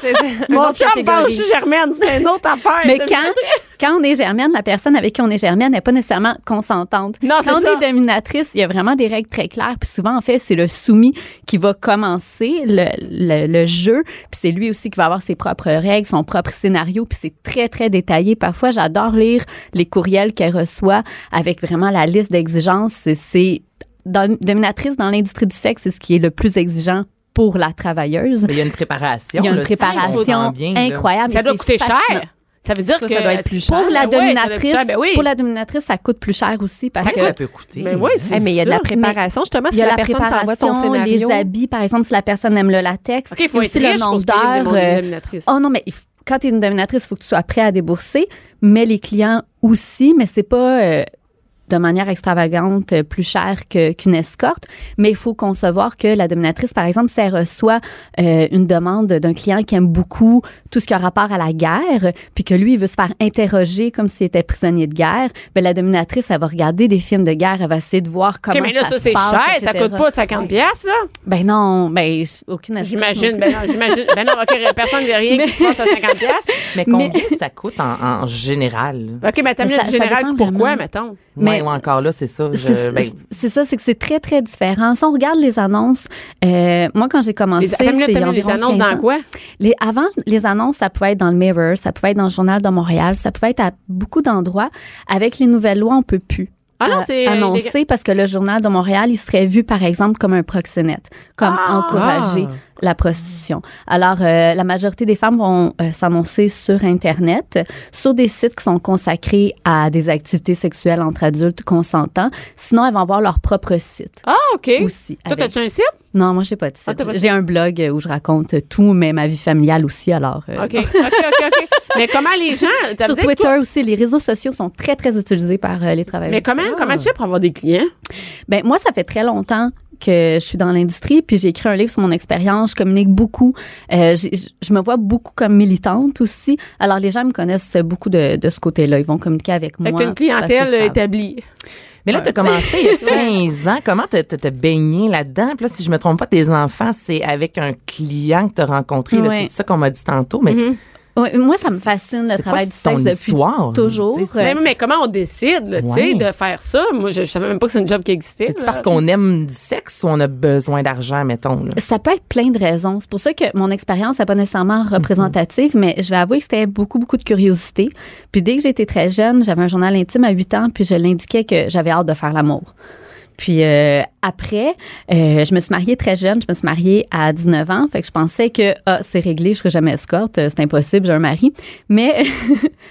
D: C'est c'est une
C: Mon
D: autre
C: chum pense que
D: catégorie.
C: je suis germaine, c'est une autre affaire.
F: Mais
C: Domina-
F: quand, quand on est germaine, la personne avec qui on est germaine n'est pas nécessairement consentante.
C: Non, Ah, c'est
F: quand on
C: ça.
F: est dominatrice, il y a vraiment des règles très claires. Puis souvent, en fait, c'est le soumis qui va commencer le, le, le jeu. Puis c'est lui aussi qui va avoir ses propres règles, son propre scénario. Puis c'est très, très détaillé. Parfois, j'adore lire les courriels qu'elle reçoit avec vraiment la liste d'exigences. C'est- C'est dans- dominatrice dans l'industrie du sexe, c'est ce qui est le plus exigeant pour la travailleuse.
E: Mais Il y a une préparation.
F: Il y a une
E: là, si je
F: préparation
E: comprends bien, là.
F: incroyable.
C: Ça
F: et
C: doit
F: c'est
C: coûter cher.
F: fascinant.
C: Ça veut dire
D: Ça,
C: que.
D: ça doit être plus cher.
F: Pour la
C: Ben ouais, ça doit être
F: dominatrice,
C: cher, ben oui.
F: pour la Ah, dominatrice, ça coûte plus cher aussi parce
E: Ça,
F: que
E: ça peut coûter.
C: Mais oui, Ben c'est
D: Eh, mais il y a de la
C: ça.
D: préparation, justement.
F: il y a
D: si
F: la,
D: la, personne t'envoie ton
F: préparation, les
D: scénario.
F: habits, par exemple, si la personne aime le latex.
C: OK, il
F: Il
C: faut
F: y a
C: être
F: aussi
C: riche
F: le
C: pour
F: nombre
C: se payer des
F: d'heures.
C: mondes
F: euh,
C: dominatrices.
F: Oh non, mais il f- quand tu es une dominatrice, il faut que tu sois prêt à débourser, mais les clients aussi, mais c'est pas euh, de manière extravagante euh, plus cher que- qu'une escorte, mais il faut concevoir que la dominatrice, par exemple, si elle reçoit euh, une demande d'un client qui aime beaucoup tout ce qui a rapport à la guerre, puis que lui, il veut se faire interroger comme s'il était prisonnier de guerre, ben la dominatrice, elle va regarder des films de guerre, elle va essayer de voir comment
C: OK, mais là, ça,
F: se
C: c'est
F: passe,
C: cher. Ça
F: etc..
C: coûte pas 50$, piastres, là.
F: Ben non, ben aucune escorte
C: J'imagine.
F: non
C: Ben non, j'imagine. Ben non, OK, personne ne rien qui se passe à 50$. piastres.
E: Mais combien ça coûte en, en général?
C: OK, mais t'as mis
F: Mais ça-
C: le
F: ça
C: général.
F: dépend
C: Pourquoi,
F: vraiment.
C: mettons?
F: Mais-
E: Ouais, ou encore là, c'est ça. je-
F: C'est
E: ben,
F: c'est ça, c'est que c'est très, très différent. Si on regarde les annonces, euh, moi, quand j'ai commencé,
C: Les,
F: c'est
C: attends une minute, t'as mis les
F: environ
C: annonces
F: 15
C: dans
F: ans.
C: quoi?
F: Les, avant, les annonces, ça pouvait être dans le Mirror, ça pouvait être dans le Journal de Montréal, ça pouvait être à beaucoup d'endroits. Avec les nouvelles lois, on peut plus.
C: Ah non,
F: a-
C: c'est
F: Euh, annoncé parce que le journal de Montréal, il serait vu par exemple comme un proxénète, comme
C: Ah!
F: encourager la prostitution. Alors euh, la majorité des femmes vont euh, s'annoncer sur internet, sur des sites qui sont consacrés à des activités sexuelles entre adultes consentants, sinon elles vont avoir leur propre site
C: Ah, OK.
F: aussi.
C: Toi,
F: avec-
C: t'as-tu un site?
F: Non, moi j'ai pas de site.
C: Ah, t'as pas de
F: j'ai un blog euh, où je raconte tout mais ma vie familiale aussi alors euh,
C: OK, OK, OK, OK. Mais comment les gens... t'as
F: Sur
C: dit que toi-
F: Twitter aussi, les réseaux sociaux sont très, très utilisés par euh, les travailleurs.
C: Mais comment, comment tu fais pour avoir des clients?
F: Ben, moi, ça fait très longtemps que je suis dans l'industrie, puis j'ai écrit un livre sur mon expérience. Je communique beaucoup. Euh, j'ai- je- je me vois beaucoup comme militante aussi. Alors, les gens me connaissent beaucoup de, de ce côté-là. Ils vont communiquer avec
C: Fait que
F: moi.
C: t'as une
F: parce
C: clientèle
E: euh,
F: que ça-
C: établie.
E: Mais là, tu as commencé il y a 15 ans. Comment t'as t'as- t'as baigné là-dedans? Puis là, si je me trompe pas, tes enfants, c'est avec un client que t'as rencontré. là.
F: Ouais.
E: C'est ça qu'on m'a dit tantôt. Mais
C: Mhm.
E: c'est-
F: Ouais, moi, ça me
E: c'est-
F: fascine le
E: c'est quoi
F: travail du sexe
E: ton
F: depuis
E: histoire?
F: toujours.
E: C'est- c'est-
C: Mais, mais comment on décide, là, tu sais,
E: Ouais.
C: de faire ça? Moi, je, je savais même pas que c'est une job qui existait.
E: C'est-tu
C: là.
E: parce qu'on aime du sexe ou on a besoin d'argent, mettons? Là?
F: Ça peut être plein de raisons. C'est pour ça que mon expérience n'est pas nécessairement
C: Mm-hmm.
F: représentative, mais je vais avouer que c'était beaucoup, beaucoup de curiosité. Puis dès que j'étais très jeune, j'avais un journal intime à 8 ans, puis je l'indiquais que j'avais hâte de faire l'amour. Puis euh, après, euh, je me suis mariée très jeune. Je me suis mariée à 19 ans. Fait que je pensais que ah, c'est réglé, je serai jamais escorte, euh, c'est impossible, j'ai un mari. Mais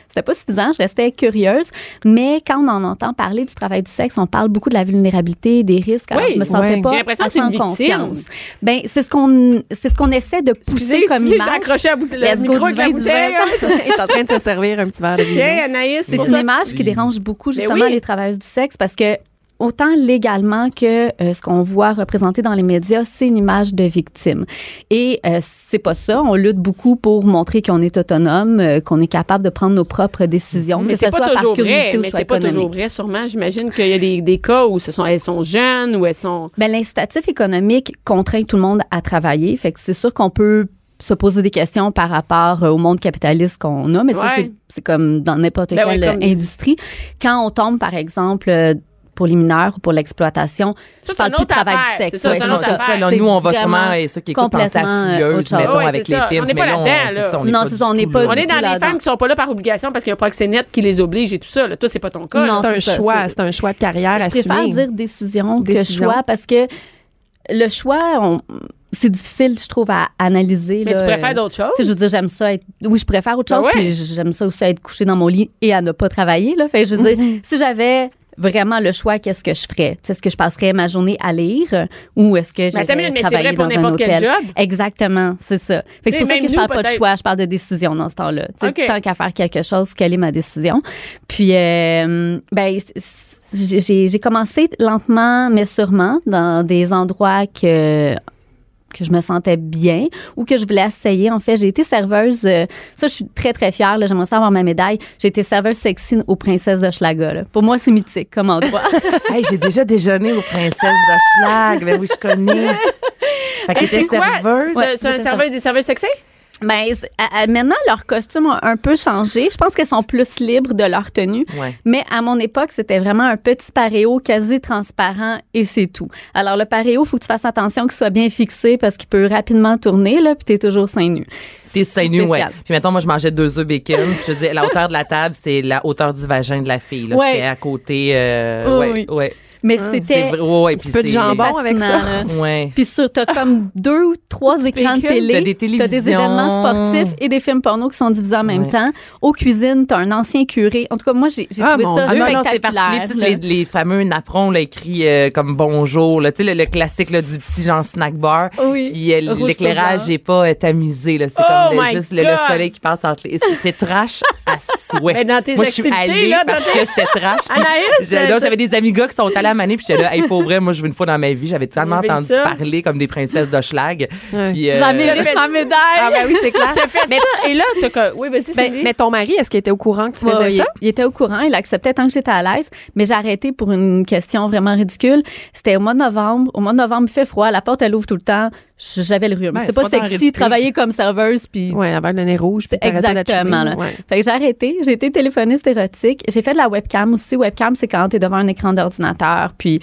F: c'était pas suffisant. Je restais curieuse. Mais quand on en entend parler du travail du sexe, on parle beaucoup de la vulnérabilité, des risques. Alors,
C: Oui,
F: je me sentais
D: oui.
F: pas
C: J'ai l'impression que c'est
F: sans
C: une victime.
F: confiance. Ben, c'est ce qu'on c'est ce qu'on essaie de pousser
C: Excusez,
F: comme
C: excusez,
F: image.
C: J'ai accroché à bout de le
F: Let's go
C: micro
F: du
C: avec la
F: vin, du vin.
C: bouteille. hein.
D: Il est en train de se servir un petit verre de
C: OK,
D: vin.
C: Anaïs.
F: C'est
C: pour
F: une
C: toi,
F: image qui dérange beaucoup justement
C: Ben oui.
F: les travailleuses du sexe parce que autant légalement que euh, ce qu'on voit représenté dans les médias, c'est une image de victime. Et euh, c'est pas ça. On lutte beaucoup pour montrer qu'on est autonome, euh, qu'on est capable de prendre nos propres décisions,
C: Mais
F: que ce
C: c'est
F: soit
C: pas
F: par
C: toujours
F: curiosité
C: vrai.
F: ou
C: Mais
F: choix
C: c'est pas
F: économique.
C: toujours vrai, sûrement. J'imagine qu'il y a des, des cas où ce sont, elles sont jeunes ou elles sont.
F: Ben, l'incitatif économique contraint tout le monde à travailler. Fait que c'est sûr qu'on peut se poser des questions par rapport euh, au monde capitaliste qu'on a, mais ça,
C: Ouais.
F: c'est- c'est comme dans n'importe
C: Ben
F: quelle
C: ouais, comme-
F: euh, industrie. Quand on tombe, par exemple, euh, pour les mineurs ou pour l'exploitation,
C: Ça,
F: je
C: c'est
F: parle
C: une
F: plus de
C: autre
F: travail
C: affaire.
F: du sexe.
C: C'est ça,
E: Ouais,
C: c'est
F: c'est
C: une autre
F: ça.
C: affaire.
E: là, nous, on va
F: C'est
E: sûrement,
F: vraiment
E: et ceux qui écoutent penser
F: complètement,
E: à
F: euh,
E: fugueuse,
F: autre chose.
E: mettons,
C: Ouais,
E: avec
C: c'est
E: les
C: ça.
E: pimps.
C: On n'est
E: mais
C: pas
E: là, on-
C: là-dedans,
E: c'est
C: là.
E: ça, on
F: Non,
E: pas
F: c'est
E: du
F: ça, on
E: tout
F: n'est pas
E: là.
C: On est dans les
F: là-dedans.
C: femmes qui sont pas là par obligation parce qu'il y a un proxénète qui les oblige et tout ça. là. Toi, c'est pas ton cas.
F: Non,
C: là.
D: C'est un
F: c'est ça,
D: choix,
F: c'est-
D: c'est un choix de carrière
F: Je
D: assumé.
F: préfère dire décision,
D: Décision.
F: que choix parce que le choix, on- c'est difficile, je trouve, à analyser.
C: Mais
F: là,
C: tu
F: euh,
C: préfères d'autres
F: Tu sais,
C: choses?
F: je veux dire, j'aime ça être. Oui, je préfère autre
C: Ben
F: chose.
C: ouais.
F: Puis j'aime ça aussi être couché dans mon lit et à ne pas travailler. Là. Fait que je veux dire, si j'avais vraiment le choix, qu'est-ce que je ferais? Tu sais, Est-ce que je passerais ma journée à lire euh, ou est-ce que
C: attends Ben, une
F: j'irais
C: minute, mais c'est
F: travailler
C: vrai pour
F: dans un
C: n'importe quel
F: hôtel?
C: job?
F: Exactement, c'est ça. Fait que
C: Tu sais,
F: c'est pour ça
C: même
F: que je
C: nous,
F: parle pas de
C: peut-être.
F: choix, je parle de décision dans ce temps-là. Tu sais,
C: OK.
F: Tant qu'à faire quelque chose, quelle est ma décision? Puis, euh, ben, c- c- j'ai j'ai commencé lentement, mais sûrement, dans des endroits que que je me sentais bien ou que je voulais essayer. En fait, j'ai été serveuse. euh, ça, je suis très, très fière. là. J'aimerais ça avoir ma médaille. J'ai été serveuse sexy aux princesses de Schlaga. là. Pour moi, c'est mythique comme endroit.
E: Hey, j'ai déjà déjeuné aux princesses de Schlag. Ben oui, je connais. Fait que
C: Et
E: t'étais
C: c'est quoi?
E: serveuse.
C: C'est- C'est un
F: j'étais
C: serveur des serveurs sexés?
F: Ben, c'est- à- à- maintenant, leurs costumes ont un peu changé. Je pense qu'elles sont plus libres de leur tenue.
E: Ouais.
F: Mais à mon époque, c'était vraiment un petit paréo quasi transparent et c'est tout. Alors, le paréo, faut que tu fasses attention qu'il soit bien fixé parce qu'il peut rapidement tourner, là, puis t'es toujours seins nus.
E: T'es seins nus, ouais.
F: spécial.
E: Puis maintenant, moi, je mangeais deux œufs bacon. Puis je disais, la hauteur de la table, c'est la hauteur du vagin de la fille. Là.
F: Ouais.
E: C'était à côté. Euh,
F: Oui,
E: ouais,
F: oui.
E: ouais.
F: Mais
E: Ah, C'est
F: c'était
E: vrai. Ouais, ouais. Puis
D: Un peu de
E: c'est-
D: jambon avec ça.
F: fascinant, là.
E: Ouais.
F: Puis sur, t'as comme deux ou trois écrans de
E: pécules,
F: télé.
E: t'as des télévisions.
F: événements sportifs et des films porno qui sont divisés en même
E: Ouais.
F: temps. Aux cuisines, t'as un ancien curé. En tout cas, moi, j'ai j'ai
D: Ah,
F: trouvé
D: mon
F: ça
E: Ah non, non, c'est
F: spectaculaire.
E: parti. Les, petites-
F: là.
E: les, les fameux napperons là, écrits euh, comme bonjour, là, tu sais, le, le classique là, du petit genre snack bar.
F: Oui.
E: Puis euh,
F: Rouge
E: l'éclairage
F: sauveur.
E: n'est pas euh, tamisé. là. C'est
C: Oh
E: comme le-
C: my
E: juste le, le
C: God!
E: soleil qui passe entre les. C'est, c'est trash à souhait.
C: Mais Ben, dans tes
E: moi, je suis
C: activités,
E: allée
C: là, dans
E: parce
C: tes-
E: que c'était trash. puis
C: Anaïs,
E: j'ai-
C: euh,
E: donc, j'avais des amis gars qui sont allés à Mané, puis j'étais là, hey, pour vrai, moi, je veux une fois dans ma vie. J'avais tellement
C: Il y avait
E: entendu
C: ça.
E: parler comme des princesses de Schlag. Puis, euh,
F: Jamais mérite ma médaille.
D: Ah ben oui, c'est clair.
C: Mais et là, t'as que. Oui, ben, vas-y,
F: Ben,
C: Sylvie.
D: Mais ton mari, est-ce qu'il était au courant que tu
F: Ouais,
D: faisais
F: il,
D: ça?
F: il était au courant, il acceptait tant que j'étais à l'aise, mais j'ai arrêté pour une question vraiment ridicule. C'était au mois de novembre. Au mois de novembre, il fait froid, la porte, elle ouvre tout le temps. J- J'avais le rhume.
E: Ben,
F: c'est pas,
E: c'est pas tant
F: sexy
E: ridicule.
F: travailler comme serveuse, puis
D: Oui, avoir le nez rouge. puis t'arrêtes pas de la
F: Exactement.
D: chouiner.
F: Là.
D: Ouais.
F: Fait que j'ai arrêté. J'ai été téléphoniste érotique. J'ai fait de la webcam aussi. Webcam, c'est quand t'es devant un écran d'ordinateur. Puis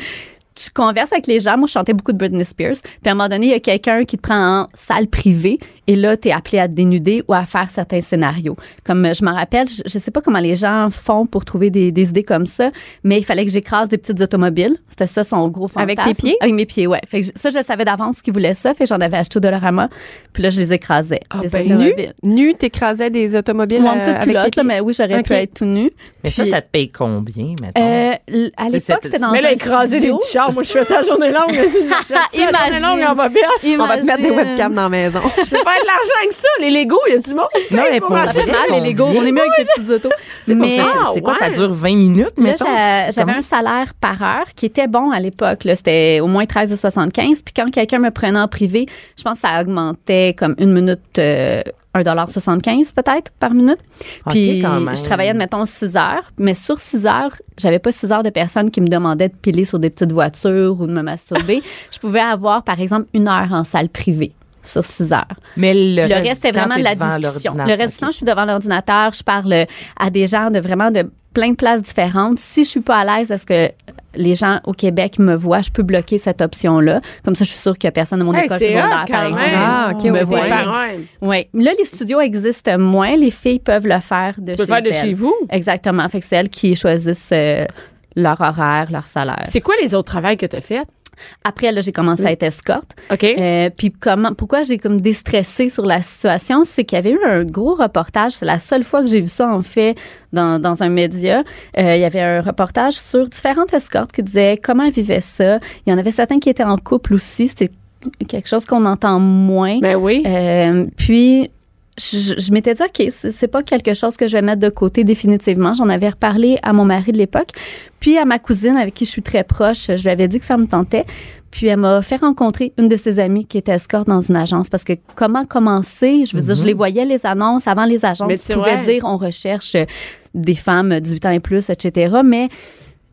F: tu converses avec les gens. Moi, je chantais beaucoup de Britney Spears. Puis à un moment donné, il y a quelqu'un qui te prend en salle privée et là, tu es appelé à te dénuder ou à faire certains scénarios. Comme euh, je m'en rappelle, je, je sais pas comment les gens font pour trouver des, des idées comme ça, mais il fallait que j'écrase des petites automobiles. C'était ça son gros fantasme.
D: Avec tes pieds?
F: Avec mes pieds, ouais. Fait que je- ça, je savais d'avance qu'ils voulaient ça. Fait que j'en avais acheté au Dollarama. Puis là, je les écrasais. les
D: Ben, nu,
F: automobiles.
D: nu, t'écrasais des automobiles
F: Mon
D: euh,
F: petite
D: avec tes
F: culotte, là,
D: pieds.
F: mais oui, j'aurais pu
D: Ok.
F: être tout nu.
E: Mais ça,
F: Puis-
E: ça te paye combien, mettons?
F: Euh, l- à
E: Tu sais,
F: l'époque,
E: c'est-
F: c'était dans
C: Mais
F: un
C: là, écraser des
F: studio.
C: petits chars. Moi, je fais ça la journée longue.
F: Ah,
C: la journée longue, on va bien.
D: On va te mettre des
F: Imagine.
D: webcams dans la maison.
C: Je peux faire de l'argent avec ça. Les Legos, il y a du monde.
E: non, mais pour
F: Ça fait
E: vrai,
F: mal, les Legos.
E: combien?
F: On est mieux avec les petites autos.
E: C'est pour
F: Mais
E: ça, c'est- c'est quoi, ça
C: ouais.
E: dure 20 minutes,
F: là,
E: mettons?
F: j'a-
E: C'est
F: j'avais
E: comment?
F: un salaire par heure qui était bon à l'époque. là. C'était au moins 13,75. Puis quand quelqu'un me prenait en privé, je pense que ça augmentait comme une minute... euh, 1,75 peut-être par minute.
E: Ok,
F: Puis
E: quand même.
F: je travaillais, mettons, 6 heures. Mais sur 6 heures, j'avais pas 6 heures de personnes qui me demandaient de piler sur des petites voitures ou de me masturber. je pouvais avoir, par exemple, une heure en salle privée sur 6 heures.
E: Mais le,
F: Le
E: reste,
F: reste, c'est
E: du temps,
F: vraiment
E: t'es
F: de la
E: devant
F: discussion. Le
E: l'ordinateur.
F: reste du
E: Ok.
F: temps, je suis devant l'ordinateur, je parle euh, à des gens de vraiment de plein de places différentes. Si je suis pas à l'aise, est-ce que les gens au Québec me voient, je peux bloquer cette option-là. Comme ça, je suis sûre qu'il y a personne de mon
C: Hey,
F: école
C: c'est
F: secondaire,
C: hot
F: par
C: quand
F: exemple.
C: même.
D: Ah, ok,
F: me
D: ouais,
F: voient.
D: ouais.
F: Oui. Là, les studios existent moins. Les filles peuvent le faire de,
C: Je peux
F: chez,
C: faire de
F: elles.
C: chez vous.
F: Exactement. Fait que c'est elles qui choisissent euh, leur horaire, leur salaire.
C: C'est quoi les autres travails que t'as fait?
F: Après, là, j'ai commencé à être escorte.
C: OK.
F: Euh, puis comment, pourquoi j'ai comme déstressé sur la situation, c'est qu'il y avait eu un gros reportage. C'est la seule fois que j'ai vu ça en fait dans, dans un média. Euh, il y avait un reportage sur différentes escortes qui disaient comment elles vivaient ça. Il y en avait certains qui étaient en couple aussi. C'était quelque chose qu'on entend moins.
C: ben oui.
F: Euh, puis je, je m'étais dit ok c'est c'est pas quelque chose que je vais mettre de côté définitivement j'en avais reparlé à mon mari de l'époque puis à ma cousine avec qui je suis très proche je lui avais dit que ça me tentait puis elle m'a fait rencontrer une de ses amies qui était escorte dans une agence parce que comment commencer je veux dire je les voyais les annonces avant les agences
C: Mais
F: tu
C: c'est
F: pouvais
C: vrai.
F: dire on recherche euh, des femmes 18 ans et plus etc mais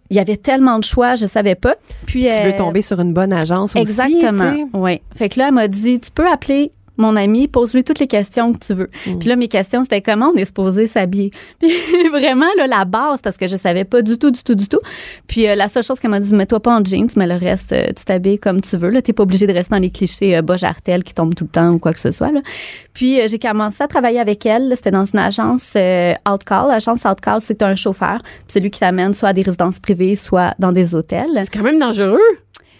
F: il y avait tellement de choix je savais pas puis
D: Tu veux
F: euh,
D: tomber sur une bonne agence aussi.
F: Exactement.
D: tu sais.
F: Oui. Fait que là, elle m'a dit, tu peux appeler mon ami, pose-lui toutes les questions que tu veux.
D: Mm.
F: Puis là, mes questions, c'était comment on est supposé s'habiller. Puis vraiment, là, la base, parce que je savais pas du tout, du tout, du tout. Puis euh, la seule chose qu'elle m'a dit, mets-toi pas en jeans, mais le reste, euh, tu t'habilles comme tu veux. Là, t'es pas obligé de rester dans les clichés euh, bas jartel qui tombent tout le temps ou quoi que ce soit. Là. Puis euh, j'ai commencé à travailler avec elle. C'était dans une agence euh, Outcall. L'agence Outcall, c'est un chauffeur. Puis c'est lui qui t'amène soit à des résidences privées, soit dans des hôtels.
C: C'est quand même dangereux.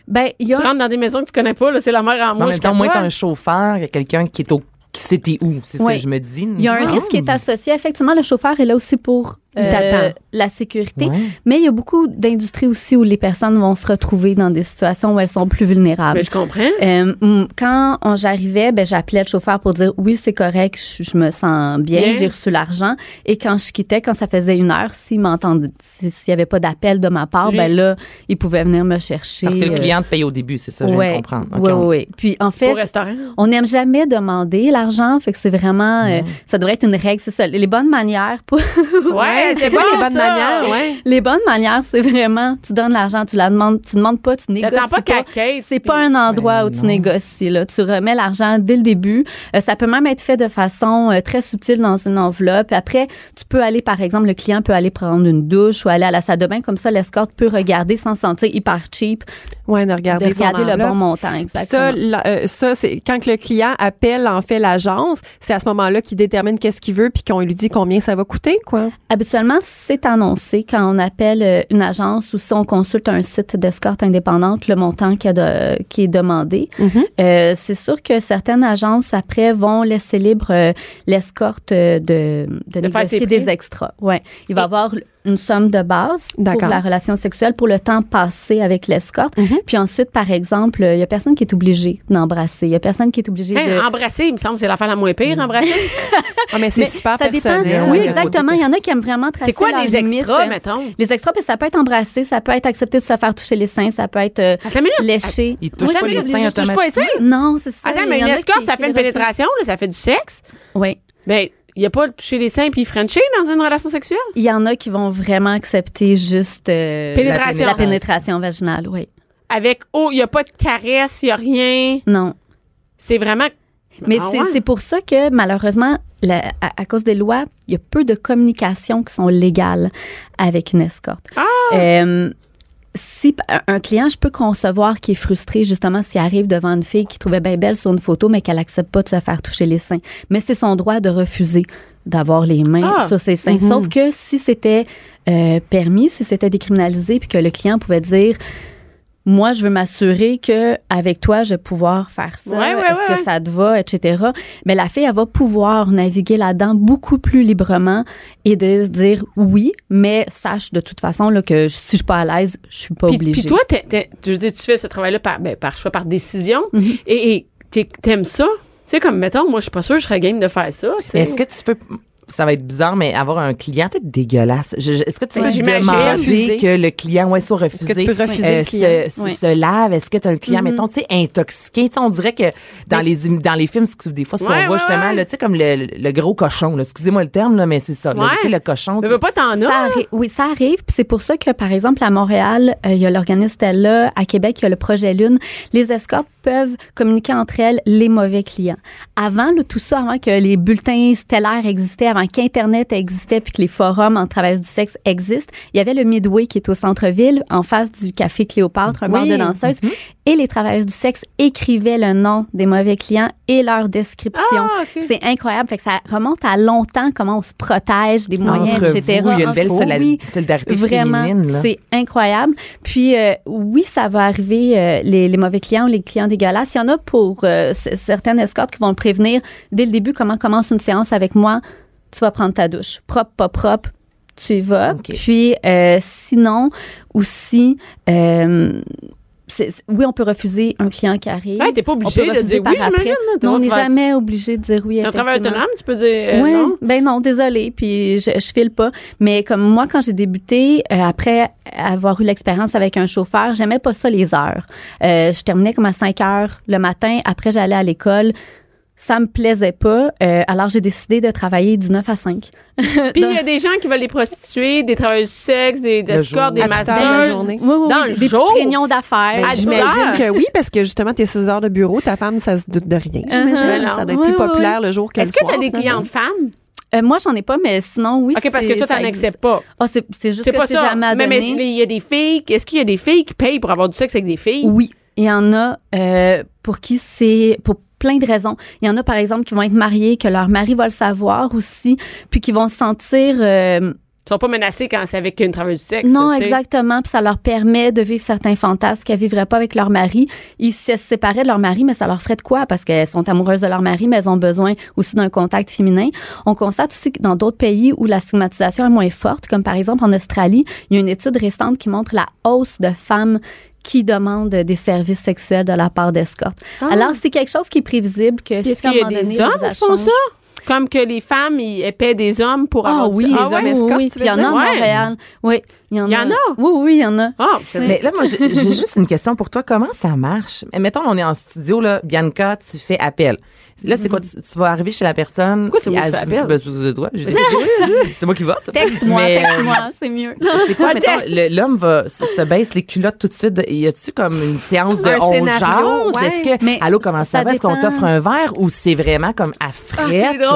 F: Ben, il y
C: Tu
F: a
C: rentres dans des maisons que tu connais pas, là, c'est la mer en
E: Mais En
C: moi.
E: même temps, moi, t'as un chauffeur, il y a quelqu'un qui est au qui sait t'es où, c'est ce
F: Ouais.
E: que je me dis.
F: Il y a un
E: Ah.
F: risque qui est associé. Effectivement, le chauffeur est là aussi pour
D: Il
F: euh,
D: t'attend.
F: la sécurité.
E: Ouais.
F: Mais il y a beaucoup d'industries aussi où les personnes vont se retrouver dans des situations où elles sont plus vulnérables.
C: Mais Ben, je comprends.
F: Euh, mm, quand on- j'arrivais, ben, j'appelais le chauffeur pour dire oui, c'est correct, je, je me sens bien,
C: Bien.
F: j'ai reçu l'argent. Et quand je quittais, quand ça faisait une heure, s'il m'entendait, si- s'il n'y avait pas d'appel de ma part,
C: Lui.
F: ben là, il pouvait venir me chercher.
E: Parce que le
F: euh,
E: client te paye au début, c'est ça, je viens de
F: ouais,
E: comprendre. Ok,
F: ouais,
E: on-
F: ouais. Puis en fait,
C: Au restaurant.
F: on n'aime jamais demander l'argent, fait que c'est vraiment, euh, ça devrait être une règle, c'est ça. Les bonnes manières pour
C: Ouais, c'est bon,
D: Pas les bonnes
C: ça.
D: manières, ouais.
F: les bonnes manières, c'est vraiment, tu donnes l'argent, tu la demandes, tu demandes pas, tu négocies
C: T'attends pas qu'à
F: pas.
C: caisse.
F: C'est pas un
D: Ben
F: endroit où tu négocies. Là. Tu remets l'argent dès le début. Euh, ça peut même être fait de façon euh, très subtile dans une enveloppe. Après, tu peux aller, par exemple, le client peut aller prendre une douche ou aller à la salle de bain. Comme ça, l'escorte peut regarder sans se sentir hyper cheap,
D: Ouais, de regarder,
F: de
D: son
F: regarder le
D: enveloppe.
F: bon montant.
D: Puis Ça,
F: Exactement.
D: la- euh, ça c'est quand que le client appelle en fait l'agence, c'est à ce moment-là qu'il détermine qu'est-ce qu'il veut puis qu'on lui dit combien ça va coûter quoi.
F: Habituellement, c'est annoncé quand on appelle euh, une agence ou si on consulte un site d'escorte indépendante, le montant qui, a de- qui est demandé. Euh, c'est sûr que certaines agences, après, vont laisser libre euh, l'escorte euh, de, de,
C: De faire ses
F: négocier
C: prix.
F: des extras. Ouais. Il va y avoir une somme de base pour
D: D'accord.
F: la relation sexuelle, pour le temps passé avec l'escorte.
C: Mm-hmm.
F: Puis ensuite, par exemple, euh, il y a personne qui est obligé d'embrasser. Il y a personne qui est obligé de...
C: Hein, embrasser, il me semble, c'est l'affaire la moins pire, embrasser.
D: Ah mais c'est super
F: Ça dépend.
D: personnel.
F: Oui,
E: ouais, le côté
F: exactement. Il y en a qui aiment vraiment tracer
C: c'est quoi
F: leurs
C: des extras,
F: limites. euh,
C: mettons?
F: Les extras, ben, ça peut être embrasser, ça peut être accepter de se faire toucher les seins, ça peut être euh,
C: Attends une minute.
F: lécher.
E: Il touche
F: Oui,
E: pas
F: ça
E: les
F: peut être
E: seins
F: lécher.
C: Je touche pas les seins.
F: Non, c'est ça.
C: Ah, Attends,
F: Il
C: mais
F: y en
C: une
F: a
C: escorte,
F: qui-
C: ça
F: qui
C: fait une
F: le refusent.
C: pénétration, là, ça fait du sexe.
F: Oui.
C: Ben, il n'y a pas de toucher les seins puis frencher dans une relation sexuelle.
F: Il y en a qui vont vraiment accepter juste euh,
C: Pénétration.
F: la pénétration vaginale, oui.
C: Avec, oh, il n'y a pas de caresse, il n'y a rien.
F: Non.
C: C'est vraiment.
F: Mais
C: Ah
F: c'est
C: ouais?
F: c'est pour ça que, malheureusement, la- à, à cause des lois, il y a peu de communications qui sont légales avec une escorte.
C: Ah!
F: Euh, si p- un- un client, je peux concevoir qu'il est frustré justement s'il arrive devant une fille qui trouvait bien belle sur une photo, mais qu'elle accepte pas de se faire toucher les seins. Mais c'est son droit de refuser d'avoir les mains
C: Ah!
F: sur ses seins. Sauf que si c'était euh, permis, si c'était décriminalisé, puis que le client pouvait dire moi, je veux m'assurer que avec toi, je vais pouvoir faire ça.
C: Ouais, ouais,
F: Est-ce
C: ouais,
F: que
C: ouais.
F: ça te va, etc. Mais la fille, elle va pouvoir naviguer là-dedans beaucoup plus librement et de se dire oui, mais sache de toute façon là, que je- si je suis pas à l'aise, je suis pas
C: Puis,
F: obligée.
C: puis toi, t'es- t'es- je veux dire, tu fais ce travail-là par, ben, par choix, par décision,
F: Mhm.
C: et et t'es- t'aimes ça. Tu sais, comme, mettons, moi, je suis pas sûre que je serais game de faire ça. tu sais.
E: Mais Est-ce que tu peux ça va être bizarre, mais avoir un client, c'est dégueulasse. Je- je- Est-ce que tu
C: Ouais,
E: peux
C: j'imagine.
E: demander
D: Refuser.
E: que le client, ouais, Euh, soit refusé,
D: Est-ce que tu peux refuser le client?
E: se, se-
F: Ouais.
E: se lave? Est-ce que tu as un
C: Mm-hmm.
E: client, mettons, tu sais, intoxiqué? Tu sais, on dirait que dans les im- dans les films, ce que- des fois, ce qu'on
C: Ben Ouais,
E: voit
C: ouais,
E: justement,
C: ouais.
E: là, tu sais, comme le, le gros cochon, là. excusez-moi le terme, là, mais c'est ça. là,
C: Ouais.
E: tu sais, le cochon.
C: Mais
E: tu-
C: veux pas t'en
F: Ça
C: as?
F: arri- oui, ça arrive. Puis c'est pour ça que, par exemple, à Montréal, euh, il y a l'organisme Stella. À Québec, il y a le projet Lune. Les escortes peuvent communiquer entre elles les mauvais clients. Avant là, tout ça, avant que les bulletins stellaires existaient, avant qu'Internet existait, puis que les forums en travail du sexe existent, il y avait le Midway qui est au centre-ville, en face du café Cléopâtre, un bar
D: Oui.
F: de danseuses. Et les travailleuses du sexe écrivaient le nom des mauvais clients et leur description.
C: Ah, ok.
F: C'est incroyable. Fait que ça remonte à longtemps comment on se protège des moyens,
E: entre
F: etc.
E: vous, il y a une
F: Entre-
C: Ah,
E: belle sola-
F: Oui,
E: solidarité
F: Vraiment,
E: féminine. là.
F: c'est incroyable. Puis euh, oui, ça va arriver euh, les, les mauvais clients ou les clients dégueulasses. Il y en a pour euh, c- certaines escortes qui vont le prévenir dès le début comment commence une séance avec moi. Tu vas prendre ta douche, propre pas propre, tu y vas.
E: Ok.
F: Puis euh, sinon aussi. euh, c'est- c'est- oui, on peut refuser un client qui arrive.
C: Ouais, t'es pas obligé
F: On peut
C: de
F: refuser
C: dire
F: par
C: oui,
F: après.
C: j'imagine, là, de
F: Non, on n'est
C: refaire-
F: jamais obligé de dire oui.
C: T'es un travail
F: effectivement.
C: autonome, tu peux dire euh,
F: Ouais,
C: non.
F: Ben non, désolée. Puis je, je file pas. Mais comme moi, quand j'ai débuté, euh, après avoir eu l'expérience avec un chauffeur, j'aimais pas ça les heures. Euh, je terminais comme à 5 heures le matin. Après, j'allais à l'école. Ça me plaisait pas. Euh, alors, j'ai décidé de travailler du 9 à 5.
C: Puis il y a des gens qui veulent les prostituer, des travailleurs du sexe, des, des
E: Le
C: escorts,
E: jour.
C: des
D: À toute heure de la
C: masseurs.
D: journée.
F: Ben, Oui, oui,
C: Dans
F: oui,
C: le
F: des
C: jour?
F: petites réunions d'affaires.
C: Ben,
F: Je-
C: j'imagine.
D: J'imagine que oui, parce que justement, tes 6 heures de bureau, ta femme, ça se doute de rien.
F: Uh-huh.
D: J'imagine.
C: non.
D: Ça doit être plus
F: Ouais, ouais,
D: populaire le jour que
C: Est-ce
D: le
C: que
D: soir,
C: t'as des
D: finalement.
C: clients de femmes?
F: Euh, moi, j'en ai pas, mais sinon, oui.
C: OK, parce que
F: c'est-
C: toi,
F: ça
C: t'en
F: existe.
C: acceptes pas.
F: Ah, c'est c'est juste
C: C'est
F: que
C: pas
F: c'est
C: ça.
F: jamais à
C: mais mais
F: donner.
C: il y a des filles. Est-ce qu'il y a des filles qui payent pour avoir du sexe avec des filles?
F: Oui, il y en a euh, pour qui c'est pour plein de raisons. Il y en a par exemple qui vont être mariés, que leur mari va le savoir aussi, puis qui vont se sentir euh,
C: Ils sont pas menacés quand c'est avec une travailleuse du sexe.
F: non
C: tu sais.
F: exactement, puis ça leur permet de vivre certains fantasmes qu'elles vivraient pas avec leur mari. Ils se séparaient de leur mari, mais ça leur ferait de quoi parce qu'elles sont amoureuses de leur mari, mais elles ont besoin aussi d'un contact féminin. On constate aussi que dans d'autres pays où la stigmatisation est moins forte, comme par exemple en Australie, il y a une étude récente qui montre la hausse de femmes qui demandent des services sexuels de la part d'escortes. Alors, c'est quelque chose qui est prévisible que
C: Puis Ah. Est-ce
F: si à un
C: qu'il y a
F: moment
C: des
F: donné,
C: hommes
F: ça
C: qui font
F: change-
C: ça? Comme que les femmes, ils paient des hommes pour
D: Ah
C: avoir du
D: oui,
C: sexe.
D: les
C: ouais?
D: hommes
F: oui,
D: escortes,
F: oui.
D: tu veux
F: Puis il y en a
D: dire?
F: à
C: Ouais.
F: Montréal. Oui, il y en,
C: Il y en a?
F: Oui, oui, il y en a.
C: Ah, c'est
E: Mais là, moi, j'ai j'ai juste une question pour toi. Comment ça marche? Mais Mettons, on est en studio, là. Bianca, tu fais appel. Là, c'est quoi? Tu, tu vas arriver chez la personne.
C: Mm-hmm. Pourquoi c'est
E: puis
C: moi qui
E: elle
C: fais
E: se-
C: appel?
E: Ben, c'est- c'est toi, j'ai décidé. C'est moi qui vote.
F: Texte-moi,
E: Mais, euh,
F: texte-moi, c'est mieux.
E: C'est quoi, mettons, le- l'homme va se se baisse les culottes tout de suite. Y a-tu comme une séance de
D: Un
E: on
D: scénario,
E: jase?
D: ouais.
E: Est-ce que,
F: Mais
E: allô, comment ça,
F: ça
E: va? Est-ce qu'on
F: dépend.
E: t'offre un verre ou c'est vraiment comme à fret?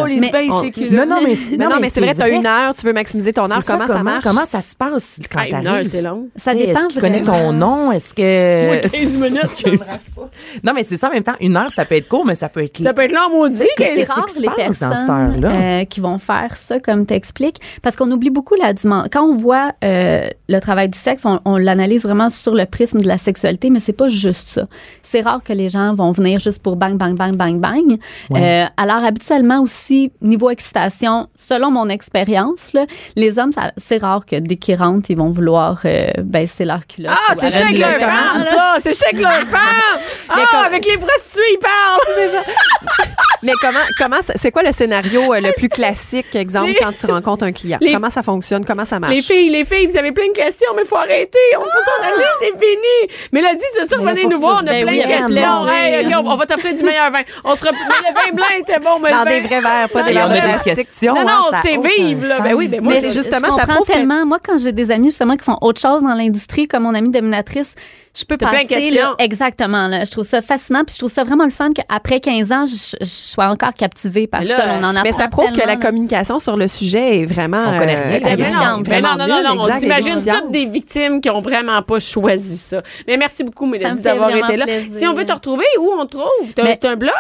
C: ils
F: Mais-
C: payent,
E: On-
C: c'est que-
E: non, non, mais,
D: Mais non, mais c'est vrai, t'as une heure, tu veux maximiser ton
E: C'est
D: heure.
E: ça,
D: Comment ça marche?
E: Comment ça se passe quand
C: Ah, une heure,
E: t'arrives?
C: c'est long.
F: Ça
E: T'sais,
F: dépend
E: Est-ce qu'il connaît
F: vraiment.
E: ton nom? Est-ce que.
C: Moi, 15 minutes,
E: Est-ce que- Non, mais c'est ça en même temps. Une heure, ça peut être court, mais ça peut être.
C: Ça peut être long, maudit.
E: Qu'est-ce
F: c'est
E: qui
F: rare
E: se
F: les
E: passe dans cette
F: personnes
E: heure-là?
F: euh, qui vont faire ça, comme t'expliques, parce qu'on oublie beaucoup la dimension. Quand on voit euh, le travail du sexe, on, on l'analyse vraiment sur le prisme de la sexualité, mais c'est pas juste ça. C'est rare que les gens vont venir juste pour bang, bang, bang, bang, bang.
E: Ouais.
F: Euh, alors habituellement aussi niveau excitation, selon mon expérience, là, les hommes, ça- c'est rare que dès qu'ils rentrent, ils vont vouloir euh, baisser leur culotte.
C: Ah,
F: ou
C: c'est
F: arrêter
C: chèque
F: leur
C: leur
F: culotte.
C: femme, ça! C'est chèque leur femme! Ah, avec les prostituées, ils parlent! C'est ça.
D: Mais comment, comment, ça- c'est quoi le scénario euh, le plus classique, exemple, quand tu rencontres un client?
C: les-
D: Comment ça fonctionne? Comment ça marche?
C: Les filles, les filles, vous avez plein de questions, mais faut arrêter. On faut s'en aller, c'est fini. Mélodie, tu veux sûr,
E: Mais là,
C: venez
E: faut
C: nous
E: que
C: voir,
E: tu-
C: on a
F: Ben
C: plein
F: oui,
C: de questions.
F: regarde-nous.
C: Hey, regarde, on va t'offrir du meilleur vin. On se rep- mais le vin blanc était bon, mais
D: Dans
C: le vin...
D: des vrais verres, pas
C: Dans
D: des
E: Et
C: des
D: verres
E: on
D: de
C: vrais
E: a
D: plastique.
E: des questions.
C: Non,
E: hein,
C: non,
E: ça a
C: c'est
E: aucun
C: vivre, là.
E: sens.
C: Ben oui, ben moi,
F: mais
D: c'est
F: je-
D: justement,
F: je
D: ça
F: comprends
D: prouve que-
F: tellement. Moi, quand j'ai des amis justement qui font autre chose dans l'industrie, comme mon amie dominatrice, je peux
C: T'as plein de
F: passer
C: questions.
F: là, exactement là. Je trouve ça fascinant puis je trouve ça vraiment le fun qu'après 15 ans, je, je sois encore captivée par
C: Mais là,
F: ça. On en
D: Mais
F: apprend
D: ça prouve que la
F: tellement, là.
D: communication sur le sujet est vraiment. euh,
E: On connaît rien,
C: Mais Ben non,
F: évidente,
C: mais non, non, non, non, on s'imagine
D: tout
C: toutes des victimes qui ont vraiment pas choisi ça. Mais merci beaucoup,
F: me
C: Mélodie,
F: fait
C: d'avoir
F: vraiment
C: été là.
F: plaisir.
C: Si on veut te retrouver, où on te trouve? T'as-
F: Mais-
C: C'est un blog?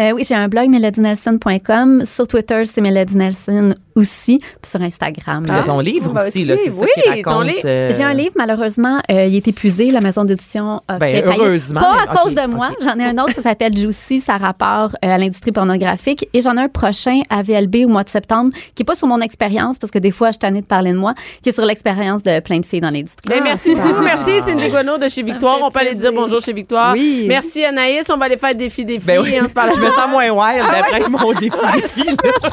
F: Euh, oui, j'ai un blog melodynelson.com. Sur Twitter, c'est Melody Nelson aussi. Puis sur Instagram.
E: Puis
D: Ah.
F: là.
E: de ton livre
C: on va
E: aussi, là,
C: aussi,
E: c'est ça
C: oui,
E: qui
C: ton
E: raconte.
C: livre.
E: euh,
F: J'ai un livre, malheureusement, euh, il est épuisé. La maison d'édition a
E: Ben,
F: fait faillite.
E: heureusement,
F: Pas
E: mais-
F: à cause
E: ok,
F: de moi.
E: ok.
F: J'en ai un autre, ça s'appelle Juicy, ça rapporte euh, à l'industrie pornographique. Et j'en ai un prochain à VLB au mois de septembre, qui est pas sur mon expérience, parce que des fois, je suis tannée de parler de moi, qui est sur l'expérience de plein de filles dans l'industrie.
C: Ben, merci
D: super.
C: beaucoup. Merci, Cindy Guano de chez Victoire.
F: fait
C: On peut aller dire
F: plaisir.
C: bonjour chez Victoire.
D: Oui.
C: Merci, Anaïs. On va aller faire des filles des filles. hein.
E: Ben oui,
C: et on se parle
E: je me sens moins wild après mon défi. défi, là.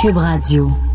A: Cube Radio.